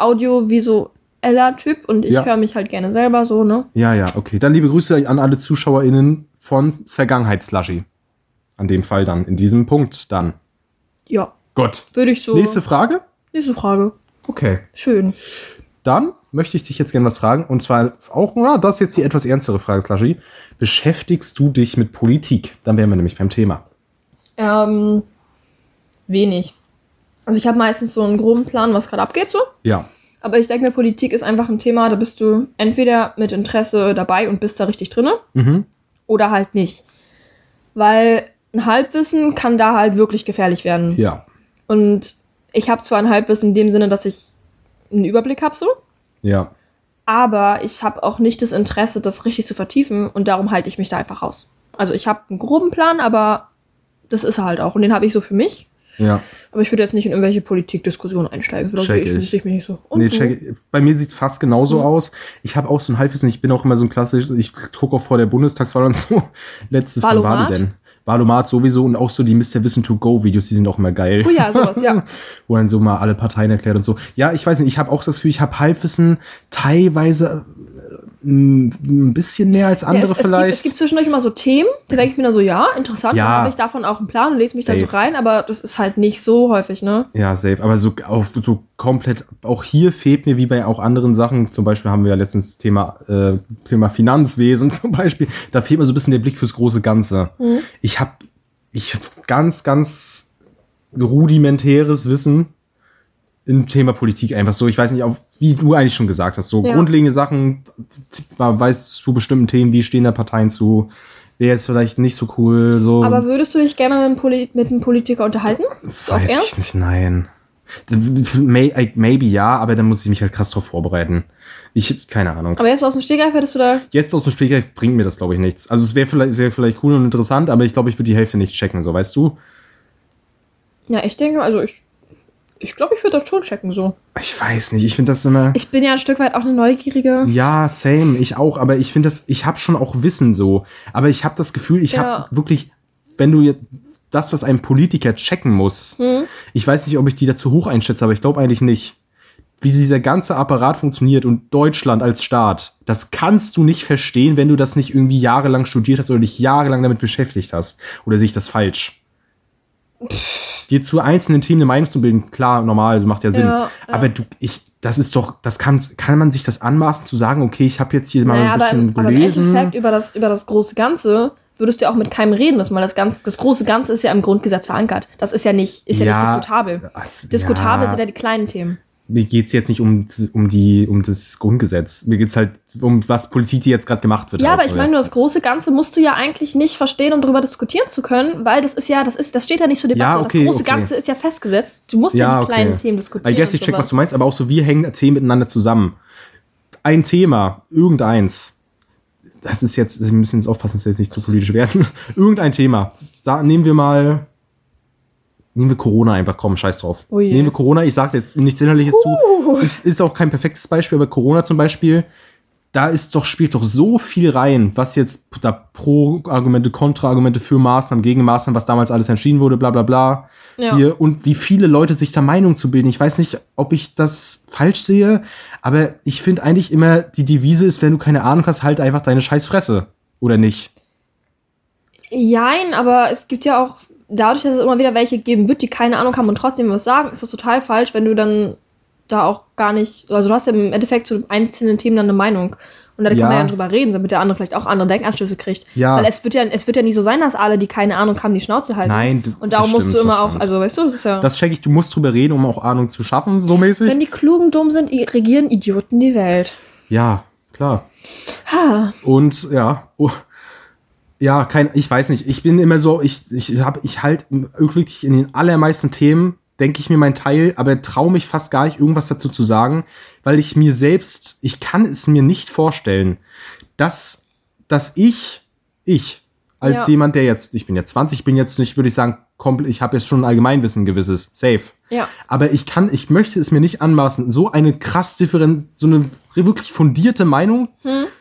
A: audiovisueller Typ und ich
B: Ja.
A: höre mich halt gerne selber so, ne?
B: ja, ja, okay. Dann liebe Grüße an alle ZuschauerInnen von Vergangenheit Slushy. An dem Fall dann, in diesem Punkt dann.
A: Ja,
B: Gut.
A: würde ich so.
B: Nächste Frage?
A: nächste Frage.
B: Okay.
A: Schön.
B: Dann möchte ich dich jetzt gerne was fragen. Und zwar auch, na, das ist jetzt die etwas ernstere Frage, Slushy. Beschäftigst du dich mit Politik? Dann wären wir nämlich beim Thema.
A: Ähm, wenig. Also ich habe meistens so einen groben Plan, was gerade abgeht so.
B: Ja.
A: Aber ich denke mir, Politik ist einfach ein Thema, da bist du entweder mit Interesse dabei und bist da richtig drinne
B: Mhm.
A: oder halt nicht. Weil ein Halbwissen kann da halt wirklich gefährlich werden.
B: Ja.
A: Und ich habe zwar ein Halbwissen in dem Sinne, dass ich einen Überblick habe so,
B: Ja.
A: aber ich habe auch nicht das Interesse, das richtig zu vertiefen und darum halte ich mich da einfach raus. Also ich habe einen groben Plan, aber das ist er halt auch und den habe ich so für mich.
B: Ja.
A: Aber ich würde jetzt nicht in irgendwelche Politikdiskussionen einsteigen. So, da
B: Check
A: sehe
B: ich.
A: ich, sehe ich mich nicht so. Und
B: Nee,
A: du? Hm.
B: check, bei mir sieht's fast genauso aus. Ich habe auch so ein Halbwissen. Ich bin auch immer so ein klassisch, ich gucke auch vor der Bundestagswahl und so. Letzte von war
A: Wahlomat?
B: die denn? Valomat sowieso und auch so die Mr. Wissen to Go Videos, die sind auch immer geil.
A: Oh ja, sowas, ja.
B: Wo dann so mal alle Parteien erklärt und so. Ja, ich weiß nicht, ich habe auch das Gefühl, ich habe Halbwissen teilweise äh, m- ein bisschen mehr als andere
A: ja, es,
B: vielleicht.
A: Es gibt, es gibt zwischendurch immer so Themen, da denke ich mir dann so, ja, interessant,
B: Ja.
A: dann habe ich davon auch einen Plan und lese mich da so
B: Safe.
A: rein, aber das ist halt nicht so häufig, ne?
B: Ja, safe. Aber so, auch, so komplett, auch hier fehlt mir wie bei auch anderen Sachen, zum Beispiel haben wir ja letztens Thema, äh, Thema Finanzwesen zum Beispiel, da fehlt mir so ein bisschen der Blick fürs große Ganze. Ich habe ich hab ganz, ganz so rudimentäres Wissen im Thema Politik einfach so. Ich weiß nicht, auf, wie du eigentlich schon gesagt hast, so
A: Ja.
B: grundlegende Sachen, man weiß zu bestimmten Themen, wie stehen da Parteien zu, wer ist vielleicht nicht so cool, so.
A: Aber würdest du dich gerne mit einem, Poli mit einem Politiker unterhalten? So auf
B: Ähm. Weiß ich
A: Ernst?
B: nicht, nein. May, I- maybe ja, aber dann muss ich mich halt krass drauf vorbereiten. Ich, keine Ahnung.
A: Aber jetzt so aus dem Stegreif hättest du da.
B: Jetzt aus dem Stegreif bringt mir das, glaube ich, nichts. Also es wäre vielleicht, wäre vielleicht cool und interessant, aber ich glaube, ich würde die Hälfte nicht checken, so weißt du?
A: Ja, ich denke, also ich. Ich glaube, ich würde das schon checken so.
B: Ich weiß nicht, ich finde das immer.
A: Ich bin ja ein Stück weit auch eine Neugierige.
B: Ja, same, ich auch, aber ich finde das, ich habe schon auch Wissen so, aber ich habe das Gefühl, ich
A: Ja.
B: habe wirklich, wenn du jetzt das, was ein Politiker checken muss, ich weiß nicht, ob ich die dazu hoch einschätze, aber ich glaube eigentlich nicht. Wie dieser ganze Apparat funktioniert und Deutschland als Staat, das kannst du nicht verstehen, wenn du das nicht irgendwie jahrelang studiert hast oder dich jahrelang damit beschäftigt hast. Oder sehe ich das falsch? Dir zu einzelnen Themen eine Meinung zu bilden, klar, normal, also macht ja Sinn.
A: Ja, ja.
B: Aber du, ich, das ist doch, das kann, kann man sich das anmaßen zu sagen, okay, ich habe jetzt hier mal
A: Naja,
B: ein
A: aber
B: bisschen
A: im, aber im
B: gelesen.
A: Endeffekt über das, über das große Ganze würdest du ja auch mit keinem reden müssen, weil das, Ganze, das große Ganze ist ja im Grundgesetz verankert. Das ist ja nicht, ist ja, nicht
B: Ja.
A: diskutabel.
B: Ach,
A: Diskutabel
B: ja.
A: sind ja die kleinen Themen.
B: mir geht's jetzt nicht um, um, die, um das Grundgesetz. Mir geht's halt um, was Politik die jetzt gerade gemacht wird.
A: Ja,
B: halt
A: aber
B: so,
A: ich meine, nur das große Ganze musst du ja eigentlich nicht verstehen, um darüber diskutieren zu können, weil das ist ja, das ist, das steht ja nicht zur Debatte.
B: Ja, okay,
A: das große
B: okay.
A: Ganze ist ja festgesetzt. Du musst ja,
B: ja,
A: die kleinen
B: okay.
A: Themen diskutieren.
B: I guess
A: und
B: ich check,
A: sowas.
B: was du meinst, aber auch so, wir hängen Themen miteinander zusammen. Ein Thema, irgendeins. Das ist jetzt, wir müssen jetzt aufpassen, dass wir jetzt nicht zu politisch werden. Irgendein Thema. Da, nehmen wir mal. Nehmen wir Corona einfach, komm, scheiß drauf.
A: Oh je. Uh.
B: nehmen wir Corona, ich sage jetzt nichts Innerliches zu. Es ist auch kein perfektes Beispiel, aber Corona zum Beispiel, da ist doch, spielt doch so viel rein, was jetzt da Pro-Argumente, Kontra-Argumente für Maßnahmen, gegen Maßnahmen, was damals alles entschieden wurde, bla bla bla.
A: Ja.
B: Hier, und wie viele Leute sich da Meinung zu bilden. Ich weiß nicht, ob ich das falsch sehe, aber ich finde eigentlich immer, die Devise ist, wenn du keine Ahnung hast, halt einfach deine scheiß Fresse. Oder nicht?
A: Jein, aber es gibt ja auch, dadurch, dass es immer wieder welche geben wird, die keine Ahnung haben und trotzdem was sagen, ist das total falsch, wenn du dann da auch gar nicht, also du hast ja im Endeffekt zu einzelnen Themen dann eine Meinung. Und da kann
B: Ja.
A: man ja drüber reden, damit der andere vielleicht auch andere Denkanstöße kriegt.
B: Ja.
A: Weil es wird ja, es wird ja nicht so sein, dass alle, die keine Ahnung haben, die Schnauze halten.
B: Nein, d-
A: Also, Und darum
B: das
A: musst
B: stimmt,
A: du immer
B: das
A: auch,
B: stimmt.
A: also weißt du, das ist ja.
B: Das checke ich, du musst drüber reden, um auch Ahnung zu schaffen, so mäßig.
A: wenn die Klugen dumm sind, i- regieren Idioten die Welt.
B: Ja, klar.
A: Ha.
B: Und ja, oh, ja, kein, ich weiß nicht. Ich bin immer so, ich, ich habe, ich halt wirklich in den allermeisten Themen denke ich mir mein Teil, aber traue mich fast gar nicht, irgendwas dazu zu sagen, weil ich mir selbst, ich kann es mir nicht vorstellen, dass, dass ich, ich,
A: Ja.
B: als jemand, der jetzt, ich bin jetzt 20, ich bin jetzt nicht, würde ich sagen, komple- ich habe jetzt schon ein Allgemeinwissen ein gewisses, safe.
A: Ja.
B: Aber ich kann, ich möchte es mir nicht anmaßen, so eine krass different, so eine wirklich fundierte Meinung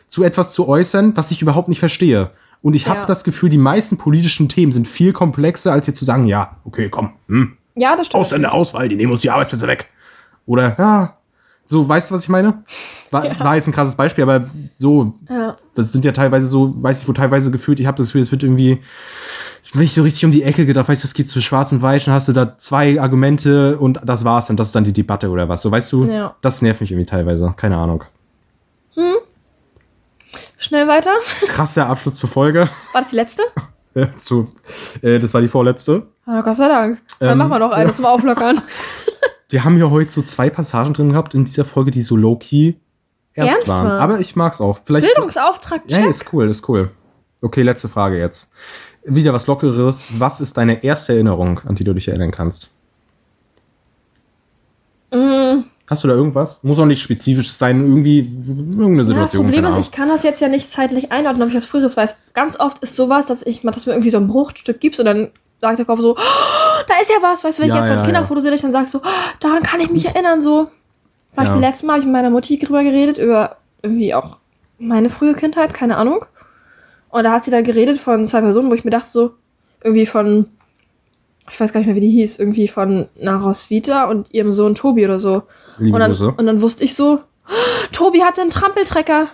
B: zu etwas zu äußern, was ich überhaupt nicht verstehe. Und ich habe
A: Ja.
B: das Gefühl, die meisten politischen Themen sind viel komplexer, als jetzt zu sagen, ja, okay, komm, hm,
A: Ja, das stimmt.
B: Ausländer, Auswahl, die nehmen uns die Arbeitsplätze weg. Oder, ja, so, weißt du, was ich meine? War, war jetzt ein krasses Beispiel, aber so,
A: Ja.
B: das sind ja teilweise so, weiß ich, wo teilweise gefühlt, ich habe das Gefühl, es wird irgendwie nicht so richtig um die Ecke gedacht, weißt du, es geht zu schwarz und weiß, dann hast du da zwei Argumente und das war's dann, das ist dann die Debatte oder was, so, weißt du?
A: Ja.
B: Das nervt mich irgendwie teilweise, keine Ahnung.
A: Schnell weiter.
B: Krasser Abschluss zur Folge.
A: War das die letzte?
B: Äh, zu, äh, das war die vorletzte.
A: Ah, Gott sei Dank. Dann
B: Ähm,
A: machen wir noch eine zum Auflockern.
B: Wir haben ja heute so zwei Passagen drin gehabt in dieser Folge, die so low-key ernst,
A: Ernst
B: waren.
A: waren.
B: Aber ich mag's auch. Vielleicht
A: Bildungsauftrag, check.
B: Ja, ist cool, ist cool. Okay, letzte Frage jetzt. Wieder was Lockeres. Was ist deine erste Erinnerung, an die du dich erinnern kannst?
A: Mm.
B: Hast du da irgendwas? Muss auch nicht spezifisch sein, irgendwie irgendeine
A: Ja, das
B: Situation.
A: Problem
B: keine
A: ist, ich kann das jetzt ja nicht zeitlich einordnen, ob ich das früheres weiß. Ganz oft ist sowas, dass ich dass du mir irgendwie so ein Bruchstück gibst und dann sagt der Kopf so, "Oh, da ist ja was, weißt du, wenn
B: Ja,
A: ich jetzt so ein
B: ja, Hm.
A: Kinderfoto sehe, dass ich dann sage so, "Oh, daran kann ich mich erinnern, so. Zum Beispiel
B: Ja.
A: letztes Mal habe ich mit meiner Mutti drüber geredet, über irgendwie auch meine frühe Kindheit, keine Ahnung. Und da hat sie dann geredet von zwei Personen, wo ich mir dachte so, irgendwie von, ich weiß gar nicht mehr, wie die hieß, irgendwie von Narosvita und ihrem Sohn Tobi oder so.
B: Ahnung. Liebe
A: Und dann,
B: Grüße.
A: und dann wusste ich so, Tobi hatte einen Trampeltrecker.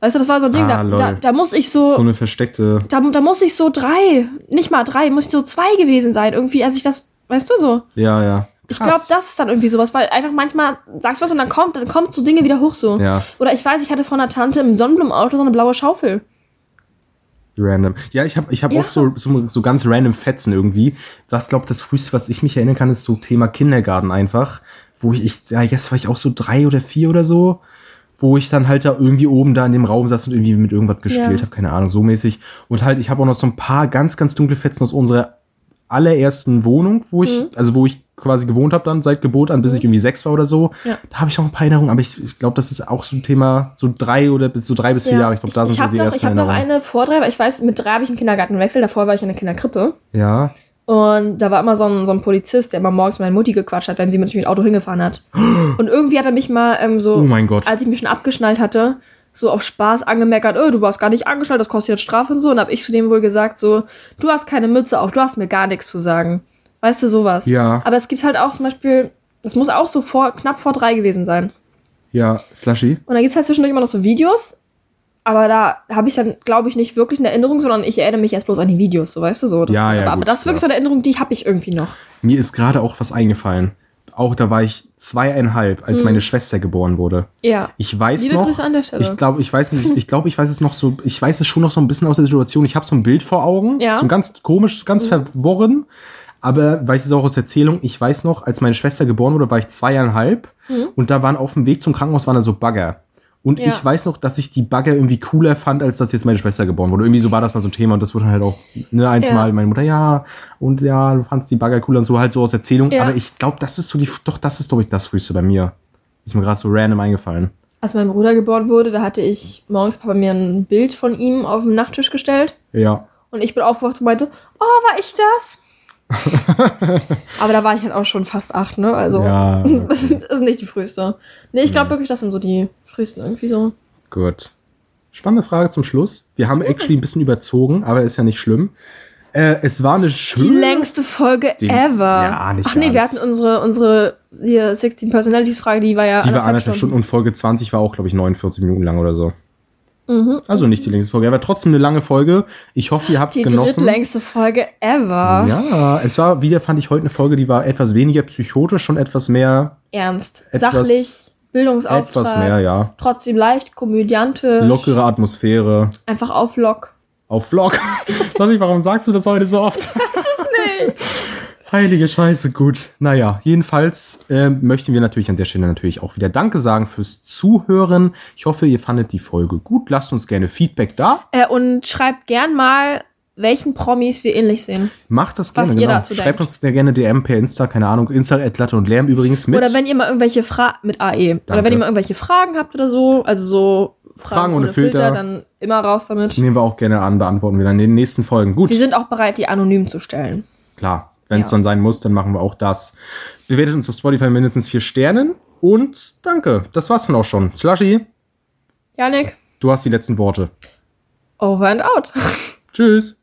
A: Weißt du, das war so ein Ding,
B: Ah,
A: da,
B: lol.
A: da, da musste ich so,
B: So eine versteckte.
A: da, da musste ich so drei, nicht mal drei, muss ich so zwei gewesen sein irgendwie, als ich das, weißt du so.
B: Ja, ja.
A: Ich glaube, das ist dann irgendwie sowas, weil einfach manchmal sagst du was und dann kommt, dann kommt so Dinge wieder hoch so.
B: Ja.
A: Oder ich weiß, ich hatte von einer Tante im Sonnenblumenauto so eine blaue Schaufel.
B: Random. Ja, ich habe ich hab
A: Ja.
B: auch so, so, so ganz random Fetzen irgendwie. Was glaube das früheste, was ich mich erinnern kann, ist so Thema Kindergarten einfach. Wo ich, ich ja, jetzt war ich auch so drei oder vier oder so, wo ich dann halt da irgendwie oben da in dem Raum saß und irgendwie mit irgendwas gespielt
A: Ja.
B: habe, keine Ahnung, so mäßig. Und halt, ich
A: Mhm.
B: habe auch noch so ein paar ganz, ganz dunkle Fetzen aus unserer allerersten Wohnung, wo ich, also wo ich quasi gewohnt habe dann seit Geburt an, bis ich irgendwie sechs war oder so.
A: Ja.
B: Da habe ich noch ein paar Erinnerungen, aber ich, ich glaube, das ist auch so ein Thema, so drei oder bis so drei bis vier Jahre. Ich glaube, da sind
A: ich
B: so
A: habe
B: die
A: noch, ich
B: ersten
A: hab noch
B: Erinnerungen.
A: eine vor drei, weil ich weiß, mit drei habe ich einen Kindergartenwechsel, davor war ich in der Kinderkrippe.
B: Ja.
A: Und da war immer so ein, so ein Polizist, der immer morgens mit meiner Mutti gequatscht hat, wenn sie mit dem Auto hingefahren hat. Und irgendwie hat er mich mal ähm, so,
B: Oh mein Gott.
A: als ich mich schon abgeschnallt hatte, so auf Spaß angemeckert, oh, du warst gar nicht angeschnallt, das kostet jetzt Strafe und so. Und habe ich zu dem wohl gesagt, so, du hast keine Mütze auf, du hast mir gar nichts zu sagen. Weißt du, sowas.
B: Ja.
A: Aber es gibt halt auch zum Beispiel, das muss auch so vor, knapp vor drei gewesen sein.
B: Ja, Slushy.
A: Und dann gibt es halt zwischendurch immer noch so Videos, aber da habe ich dann, glaube ich, nicht wirklich eine Erinnerung, sondern ich erinnere mich erst bloß an die Videos, so weißt du so. Das
B: Ja,
A: ist,
B: ja,
A: aber, aber
B: gut,
A: das ist wirklich
B: ja.
A: so eine Erinnerung, die habe ich irgendwie noch.
B: Mir ist gerade auch was eingefallen. Auch da war ich zweieinhalb, als meine Schwester geboren wurde.
A: Ja.
B: Ich weiß
A: Liebe
B: noch.
A: Grüße an der Stelle.
B: Ich glaube, ich weiß nicht, ich glaube, ich weiß es noch so, ich weiß es schon noch so ein bisschen aus der Situation. Ich habe so ein Bild vor Augen,
A: Ja. Mhm.
B: so ein ganz komisch, ganz verworren, aber weiß es auch aus Erzählung. Ich weiß noch, als meine Schwester geboren wurde, war ich zweieinhalb und da waren auf dem Weg zum Krankenhaus waren da so Bagger. Und
A: Mhm. Ja.
B: ich weiß noch, dass ich die Bagger irgendwie cooler fand, als dass jetzt meine Schwester geboren wurde. Irgendwie so war das mal so ein Thema und das wurde halt auch, ne, eins
A: Ja.
B: Mal meine Mutter, ja, und ja, du fandst die Bagger cooler und so halt so aus Erzählung.
A: Ja.
B: Aber ich glaube, das ist so die, doch, das ist, glaube ich, das Frühste bei mir. Ist mir gerade so random eingefallen.
A: Als mein Bruder geboren wurde, da hatte ich morgens Papa mir ein Bild von ihm auf den Nachttisch gestellt
B: Ja.
A: und ich bin aufgewacht und meinte, oh, war ich das? aber da war ich halt auch schon fast acht, ne? Also
B: Ja, okay.
A: das ist nicht die früheste. Nee, ich glaube wirklich, das sind so die frühesten irgendwie so.
B: Gut. Spannende Frage zum Schluss. Wir haben actually ein bisschen überzogen, aber ist ja nicht schlimm. Äh, es war eine
A: Die
B: schöne.
A: längste Folge
B: Die-
A: Hm? ever.
B: Ja, nicht
A: Ach nee, wir
B: ganz.
A: hatten unsere, unsere hier 16 Personalities-Frage, die war ja
B: die war anderthalb Stunden und Folge 20 war auch, glaube ich, 49 Minuten lang oder so.
A: Mhm.
B: Also nicht die längste Folge, aber trotzdem eine lange Folge. Ich hoffe, ihr habt es
A: Die
B: genossen.
A: drittlängste Folge ever.
B: Ja, es war wieder, fand ich heute eine Folge, die war etwas weniger psychotisch und etwas mehr,
A: Ernst,
B: Etwas-
A: sachlich, Bildungsauftrag.
B: etwas mehr, ja.
A: Trotzdem leicht, komödiantisch.
B: Lockere Atmosphäre
A: Einfach auf Lock.
B: auf Vlog. Sag ich, warum sagst du das heute so oft?
A: Nee.
B: Heilige Scheiße, gut. Naja, jedenfalls ähm, möchten wir natürlich an der Stelle natürlich auch wieder Danke sagen fürs Zuhören. Ich hoffe, ihr fandet die Folge gut. Lasst uns gerne Feedback da.
A: äh, und schreibt gern mal, welchen Promis wir ähnlich sehen.
B: Macht das
A: Was
B: gerne. genau.
A: ihr dazu
B: Schreibt
A: denkt.
B: uns sehr gerne DM per Insta, keine Ahnung. Insta at Latte und Lärm übrigens mit.
A: Oder wenn ihr mal irgendwelche Fragen mit AE. Oder wenn ihr mal irgendwelche Fragen habt oder so. Also so Fragen,
B: ohne Filter.
A: dann immer raus damit.
B: Nehmen wir auch gerne an, beantworten wir dann in den nächsten Folgen. Gut,
A: Wir sind auch bereit, die anonym zu stellen.
B: klar. Wenn es
A: Ja.
B: dann sein muss, dann machen wir auch das. Bewertet uns auf Spotify mindestens vier Sternen. Und danke. Das war's dann auch schon. Slushy,
A: Janik,
B: du hast die letzten Worte.
A: over and out.
B: Tschüss.